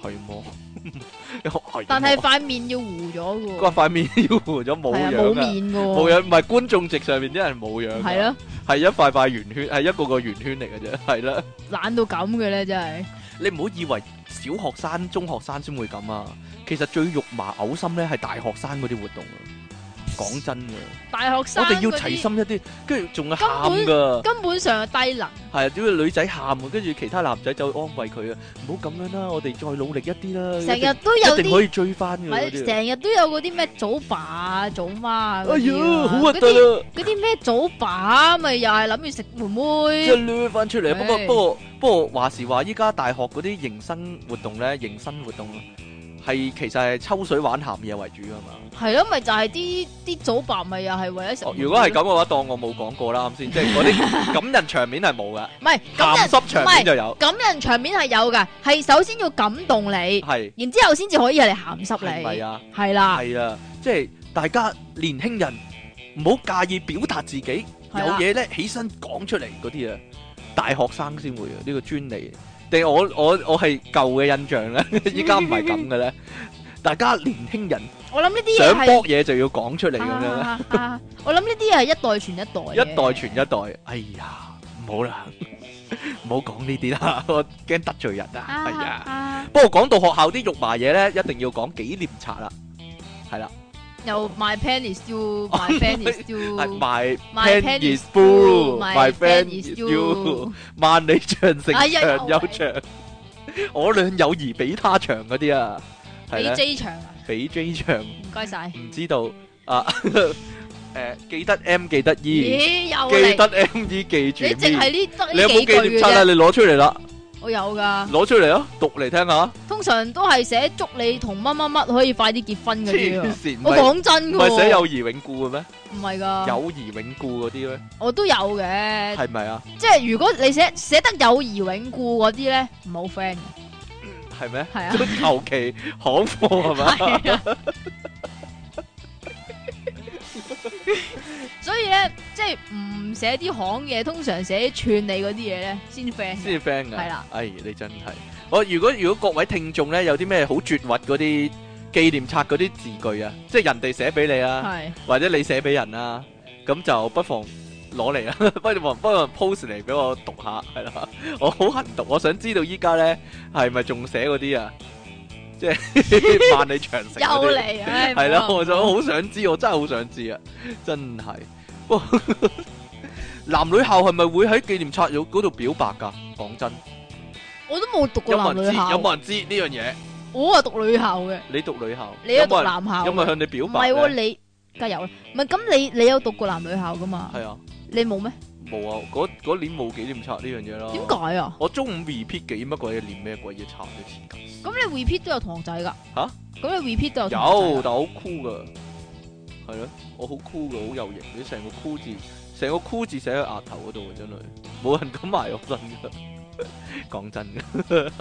係麼？ 係麼。 但係塊面要糊咗個 噶，塊面要糊咗冇係啊，樣冇嘅，面噶，冇喎，樣，唔係觀眾席上面啲人冇樣㗎，係咯，係一塊塊圓圈，係一個個圓圈嚟嘅啫，係啦。懶到咁嘅咧，真係你唔好以為小學生、中學生先會咁啊！其實最肉麻嘔心咧係大學生嗰啲活動啊！講真嘅，大學生我哋要嗰啲齊心啊一啲，跟住仲係根喊本噶，根本上係低能，係啊！點解女仔喊啊？跟住其他男仔就安慰佢啊！唔好咁樣啦，我哋再努力一啲啦，成一定日都有一定可啲，以追翻嘅唔嗰係啲啊。成日都有嗰啲咩祖爸啊、祖媽啊哎嗰啲啊呀，好核突嗰啲啊！嗰啲咩祖爸咪又係諗住食妹即係妹，掠翻出嚟啊。不過唉不過不過話時話，依家大學嗰啲迎新活動咧，迎新活動係其實係抽水玩鹹嘢為主噶嘛。係咯，咪就係啲啲祖爸咪又係為咗食哦妹妹。如果係咁嘅話，當我冇講過啦，啱 先，即係嗰啲感人場面係冇噶，唔係鹹咁人濕場面就有，感人場面係有噶，係首先要感動你，係然之後先至可以係嚟鹹係濕咪你，啊？係啦，係啊，即係大家年輕人唔好介意表達自己，有係啦嘢咧起身講出嚟嗰啲啊，大學生先會啊，呢個專利。定係我我我係舊嘅印 象咧，依家唔係咁嘅咧。大家年輕人我諗呢啲想嘢係搏嘢就要講出嚟咁樣咧。啊啊啊我諗呢啲嘢係一代傳一代嘅，一代傳一代，哎呀，唔好啦， 唔好講呢啲啦， 我驚得罪人啊，啊係啊。啊不過講到學校啲肉麻嘢咧，一定要講紀念冊啦，係啦，又 my pen is Oh you，my pen is 係 you。 My My Pen is blue, blue，My pen friend is is you，萬里長城哎呀長又又長，我兩友誼比他長嗰啲啊，係你咧， J 場啊，比 J 長，唔該晒。唔知道啊， 誒，記得 M 記得 E，咦，又記嚟？得 M E 記住你淨 M。係呢得你有呢冇紀幾念句嘅冊啊？啫。你攞出嚟啦，我有噶，攞出嚟啊，讀嚟聽下。通常都係寫祝你同乜乜乜可以快啲結婚嗰啲黐啊。線，唔我係講真唔噶，係寫友誼永固嘅咩？唔係噶，友誼永固嗰啲咧，我都有嘅。係咪啊？即係如果你寫寫得友誼永固嗰啲咧，唔好 friend 嘅。係咩？係啊都求其行貨係嘛？係啊所以咧，即係唔寫啲行嘢，通常寫啲串你嗰啲嘢咧，先 friend 嘅。先至 friend 噶。係啦哎，你真係我如果如果各位聽眾咧有啲咩好絕核嗰啲紀念冊嗰啲字句啊，即係人哋寫俾你啊，係或者你寫俾人啊，咁就不妨攞嚟啦， 不妨不妨 post 嚟俾我讀下，係啦，我好恨讀，我想知道依家咧係咪仲寫嗰啲啊，即 係萬里長城又嗰啲。嚟， 唉，系啦，我就就好想知，我真係好想知啊，真係。哇 男女校係咪會喺紀念冊有嗰度表白㗎？講真，我都冇讀過有冇男人女知？校有，冇人知呢樣嘢？我啊讀女校嘅，你讀女校，你有啊讀冇人男校嘅，有冇人向你表唔白係喎，咧？你梗係有啦，唔係咁你你有讀過男女校噶嘛？係啊，你冇咩？冇啊，嗰嗰年冇紀念冊呢樣嘢啦。點？解啊？我中午 repeat 幾乜鬼嘢，念咩鬼嘢冊都黐筋。咁你 repeat 都有同學仔噶？吓？咁你 repeat 都有啊同學有，仔㗎但我好酷噶，係咯，我好酷噶，好有型，你成個酷字，成個酷字寫喺額頭嗰度啊嘅，真係冇人敢埋我身噶。 講真嘅，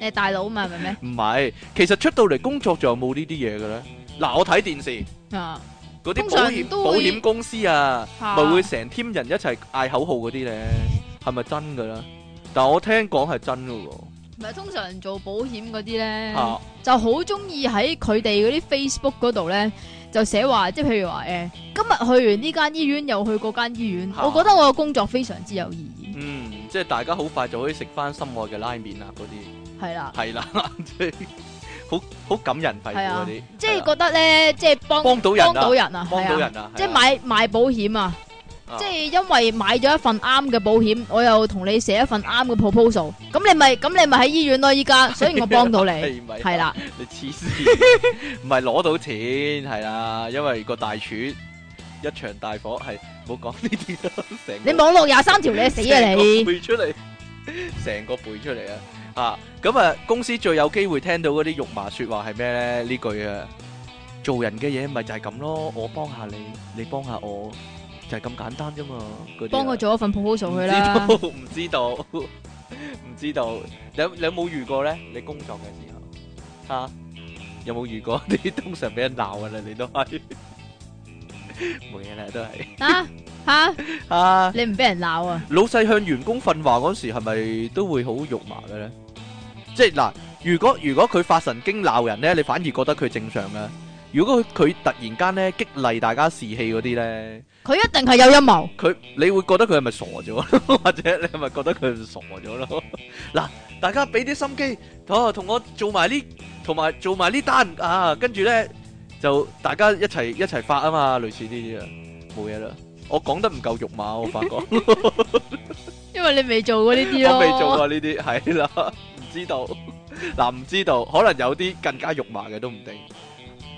你係大佬嘛？係咪咩？唔係，其實出到嚟工作仲有冇呢啲嘢嘅咧？嗱，我睇電視啊，嗰啲通保常險都保會險公司啊，咪咪會成 team 人一齊嗌口號嗰啲咧，係咪真噶咧？但我聽講係真噶喎，唔係通常做保險嗰啲咧，嚇就好中意喺佢哋嗰啲 Facebook 嗰度咧，就寫話，即係譬如話誒、今日去完呢間醫院，又去嗰間醫院，嚇我覺得我嘅工作非常之有意義，嗯，即係大家好快就可以食翻心愛嘅拉麵啦嗰啲。係啊啦，系啦， 即係好好感人肺係腑嗰啊啲，即係覺得咧，即係幫幫到人啊幫到人啊，帮到係啊，人啊，即係係啊，買買保險啊，啊即係因為買咗一份啱嘅保險，我又同你寫一份啱嘅 proposal，咁你咪咁你咪喺醫院咯，依家，所以我幫 到你，係咪啊係，啦，你黐線，唔係攞到錢係啦，因為個大廚一場大火係冇講呢啲啦，成個你網絡廿三條你 死啊成個你！背出嚟， 成個背出嚟啊！啊，咁啊，公司最有機會聽到嗰啲肉麻说話係咩咧？呢句啊，做人嘅嘢咪就係咁咯，我幫下你，你幫下我，就係咁簡單啫嘛，嗰啲啊幫佢做一份 proposal 佢啦，唔知道，唔知道，唔知道。你有你有冇遇過咧？你工作嘅時候，吓、有冇遇過？ 你通常俾人鬧噶啦，你都係冇嘢啦，都係啊吓。啊。你唔俾人鬧啊？老細向員工訓話嗰時，係咪都會好肉麻嘅咧？即係嗱，如果如果佢發神經鬧人咧，你反而覺得佢正常嘅。如果佢佢突然間咧激勵大家士氣嗰啲咧。佢一定係有陰謀，佢你會覺得佢係咪傻咗 咯，或者你係咪覺得佢係傻咗咯？ 嗱，大家俾啲心機，哦，同我做埋呢，同埋做埋呢單啊，跟住咧就大家一齊一齊發啊嘛，類似呢啲啊，冇嘢啦。我講得唔夠肉麻，我發覺我因為你未做過呢 啲咯。未做。過呢啲，係啦， 唔知道嗱，唔知道，可能有啲更加肉麻嘅都唔定。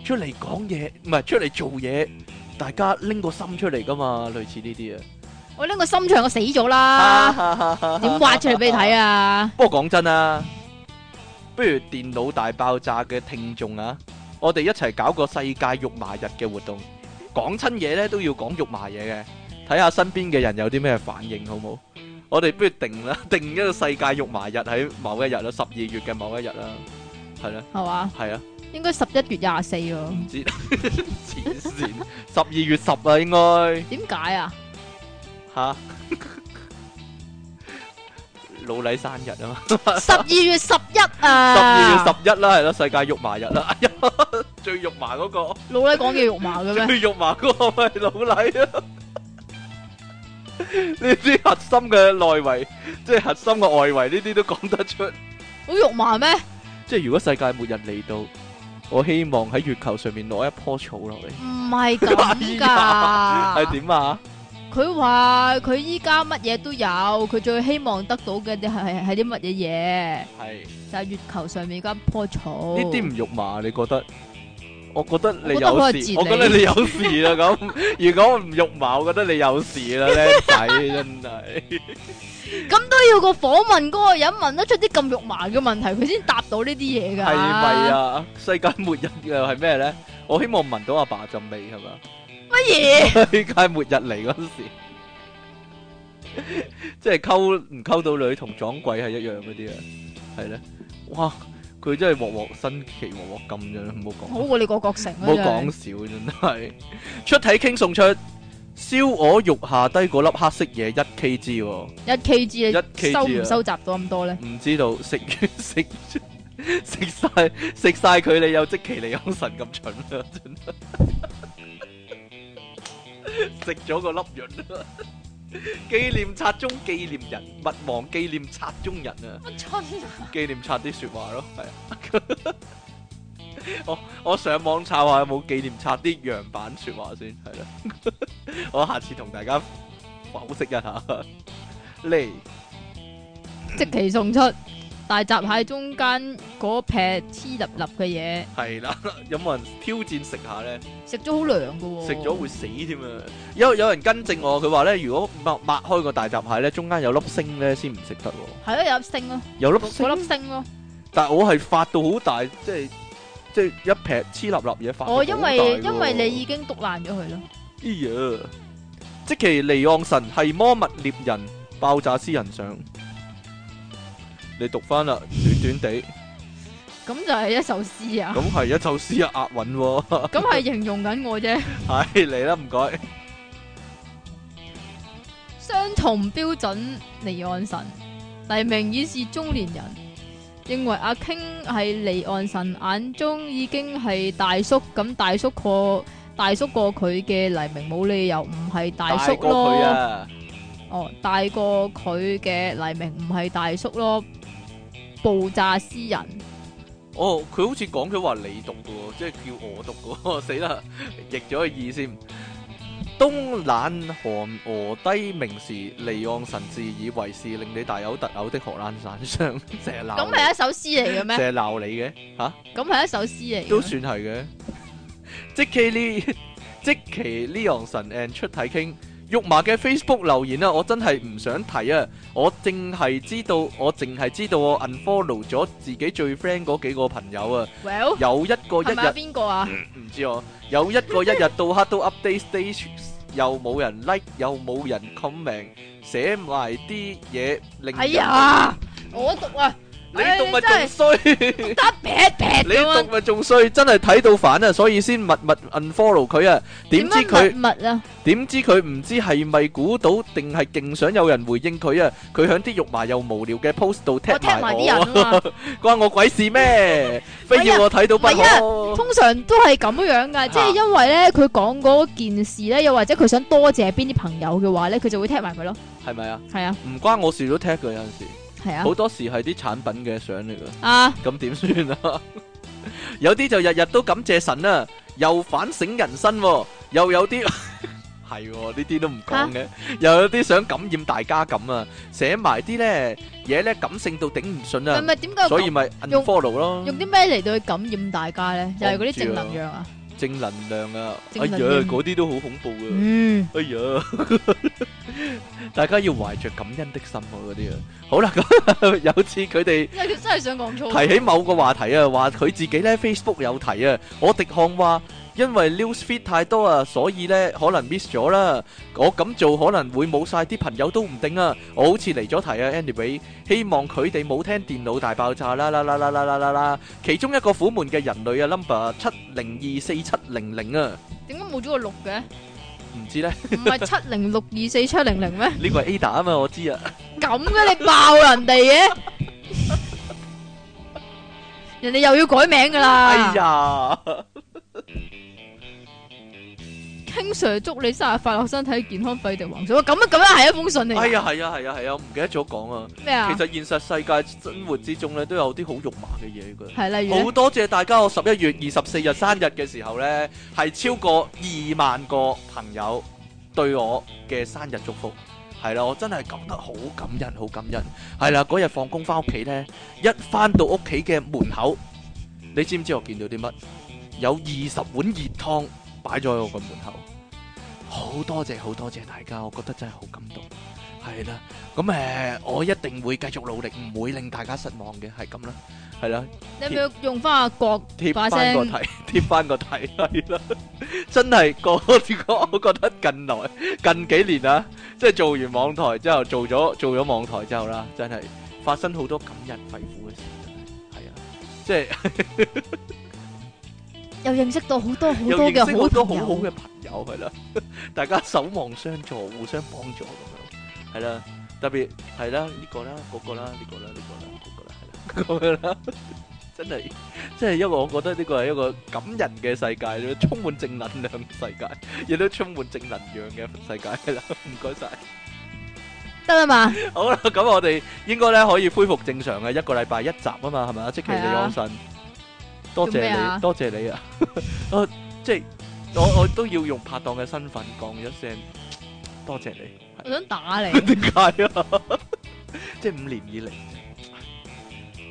出嚟講嘢，唔係出嚟做嘢，大家拎個心出嚟噶嘛，類似呢啲啊。我拎個心腸，我死 咗啦，啊點挖出嚟俾你睇啊？不過講真啦，不如電腦大爆炸嘅聽眾啊，我哋一齊搞個世界肉麻日嘅活動，講親嘢咧都要講肉麻嘢嘅，睇下身邊嘅人有啲咩反應好冇？我哋不如定啦， 定一個世界肉麻日喺某一日啦，十二月嘅某一日啦，係啦，係嘛？係啊，應該十一月廿四喎。唔知 黐線，十二月十啊應該點 解啊？吓，老禮生日啊嘛。十二月十一十二月啊！十一啦，系啦，世界肉麻日啦， 哎呀，最肉麻嗰、個，老禮講嘢肉麻 嘅咩？最肉麻嗰個咪老禮啊！ 呢啲核心嘅內圍，即係核心嘅外圍，呢啲都講得出。好肉麻咩？即係如果世界末日嚟到，我希望喺月球上面攞一棵草落嚟，唔係 咁係㗎。點啊？佢話佢依家乜嘢都有，佢最希望得到嘅啲係係啲係乜嘢呢嘢？就係月球上面嗰一棵草。啲唔肉麻，你覺得？我覺得你我覺得有佢係事，哲理我覺得你有事啦咁。如果我唔肉麻，我覺得你有事啦，僆仔真係。咁都要個訪問嗰個人問得出啲咁肉麻嘅問題，佢先答到呢啲嘢㗎。係咪？啊？世界末日又係咩咧？我希望聞到阿爸陣味係嘛？乜嘢？ 世界末日嚟嗰陣時， 即係溝唔溝到女同撞鬼係一樣嗰啲啊，係咧，哇！佢真係鑊鑊新奇鑊鑊咁樣，唔好好講，過你個國城唔啊！好真係講少真係。出體傾送出燒鵝肉下低嗰粒黑色嘢一 K G 喎。一 K G 一你 kg 收唔啊收集到咁多咧？唔知道食 食食晒食晒佢，你有即其利昂神咁蠢啊！真係食咗個粒潤啊！紀念冊中紀念人，勿忘紀念冊中人啊！ 乜春紀念冊啲説話咯，係啊！我我上網查下有冇紀念冊啲樣板説話先，係啦。 我下次同大家剖析一下嚟。即期送出大閘蟹中間嗰撇黐粒粒嘅嘢，系啦，有冇人挑戰食下咧？食咗好涼噶喎。食咗會死添啊！有有人跟正我，佢話咧，如果擘擘開個大閘蟹咧，中間有粒星咧，先唔食得喎。係咯，有粒星咯，有粒嗰粒星，星咯。但我係發到好大，即係即係一劈黐立立嘢發到好哦，大喎。因為因為你已經篤爛咗佢咯。 哎呀，即其離岸神係魔物獵人爆炸私人相，你讀翻啦，短短地，咁就係一首詩啊，咁係一首詩啊，押韻喎。 咁係形容緊我啫。係嚟啦，唔該。相同標準離岸神，黎明已是中年人，認為阿 King 係離岸神眼中已經係大叔，咁大叔過大叔過佢嘅黎明冇理由唔係大叔過咯。佢啊！哦，大過佢嘅黎明唔係大叔咯，爆炸詩人哦，佢好似講佢話你讀嘅喎，即係叫我讀嘅喎，死啦！譯咗個意先。冬冷寒俄低明時，離岸神自以為是，令你大有特有的荷蘭散傷， 成日鬧咁你，係一首詩嚟嘅成咩？日鬧你嘅嚇、咁係一首詩嚟嗯都嘅咩，算係嘅。即其呢， 即其呢昂神 and 出體傾肉麻嘅 Facebook 留言啊，我真係唔想睇啊！我淨係知道，我淨係知道我 unfollow 咗自己最 friend 嗰幾個朋友啊， Well 有一個哦一係咪啊日。邊個啊？唔知我有一個一日到黑都 update stage，又冇人 like，又冇人 comment，寫埋啲嘢令人哎呀，我讀啊，你哎讀咪真係仲衰，得劈劈你咁啊樣讀咪仲衰，真係睇到反啊，所以先密密 unfollow 佢啊。點知佢樣密密啊？點知佢唔知係咪估到定係勁想有人回應佢啊？佢響啲肉麻又無聊嘅 post 度踢我踢埋啲我，人啊嘛， 關我鬼事咩？非要我睇到不唔係啊可。通常都係咁樣噶，即係因為咧佢講嗰件事咧，又或者佢想多謝邊啲朋友嘅話咧，佢就會踢埋佢咯。係咪啊？係啊，唔關我事都踢佢有陣時。係啊好，多時係啲產品嘅相嚟噶，啊 咁點算啊？ 有啲就日日都感謝神啊，又反省人生、喎，又有啲 係喎，呢啲都唔講嘅，又有啲想感染大家咁啊，寫埋啲咧嘢咧感性到頂唔順係啊，咪點解要所以咁咪用 unfollow 咯，用啲咩嚟到去感染大家咧？又係嗰啲正能量啊？正能量啊，哎呀正能量，嗰啲都好恐怖噶。嗯，哎呀， 大家要懷着感恩的心啊，嗰啲啊，好啦，咁 有次佢哋。因為佢真係想講粗口。提起某個話題啊，話佢自己咧 Facebook 有提啊，我迪漢話因為 newsfeed 太多啊，所以咧可能 miss 咗啦。我咁做可能會冇晒啲朋友都唔定啊。我好似離咗題啊，anyway，希望佢哋冇聽電腦大爆炸啦啦啦啦啦啦啦啦。其中一個苦悶嘅人類啊，number 七零二四七零零啊，點解冇咗個六嘅？唔知咧唔係七零六二四七零零咩？ 呢個係 Ada 啊嘛，我知啊。咁嘅你爆人哋嘅，人哋又要改名噶啦哎。呀， King Sir 祝你生日快樂，身體健康，肺地黃水。哇咁啊，咁啊係一封信嚟哎㗎，呀，係啊，係啊，係啊，我唔記得咗講啊。咩啊？其實現實世界生活之中咧，都有啲好肉麻嘅嘢㗎。係例如好呢多謝大家，我十一月二十四日生日嘅時候呢，係超過二萬個朋友對我嘅生日祝福。係啦，我真係感得好感恩，好感恩。係啦，嗰日放工翻屋企呢，一翻到屋企嘅門口，你知唔知我見到啲乜？有二十碗熱湯擺咗喺我個門口，好多謝好多謝大家，我覺得真係好感動。系啦，咁诶，我一定會繼續努力，唔會令大家失望嘅，係咁啦，係啦，你咪用翻阿郭把貼翻個聲題， 貼翻個題，係啦， 真係個 我覺得近來近幾年啊，即係做完網台之後，做咗做咗網台之後啦，真係發生好多感人肺腑嘅事，係啊，即係又認識到好多好又多嘅認識好多好好朋好友。嘅朋友，係啦，大家守望相助，互相幫助咁樣，係啦，特別係啦，呢個啦，嗰個啦，呢個啦，呢個啦，嗰 個啦，係啦，咁樣啦，真係真係因為我覺得呢個係一個感人嘅世界，充滿正能量嘅世界，亦都充滿正能量嘅世界係啦，唔該晒。得啦嘛，好啦，咁我哋應該咧可以恢復正常嘅一個禮拜一集啊嘛，係咪啊？即其李昂臣，多謝做咩啊你，多謝你啊！ 我即係我我都要用拍檔嘅身份講一聲多謝你，我想打 你，點解啊？即係五年以嚟，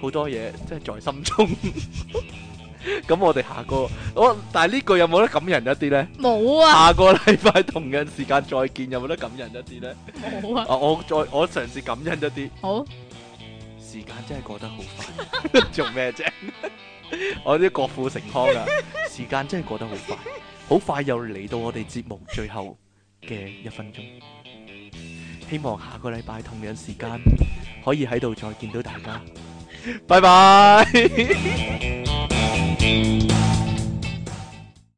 好多嘢即係在心中。 咁我哋下個我，但係呢句有冇得感人一啲咧？冇啊，下個禮拜同樣時間再見，有冇得感人一啲咧？冇啊，啊，我再我嘗試感恩一啲。好，時間真係過得好快， 做咩啫？我啲郭富城腔啊，時間真係過得好快，好快又嚟到我哋節目最後嘅一分鐘。希望下個禮拜同樣時間可以喺度再見到大家，拜拜。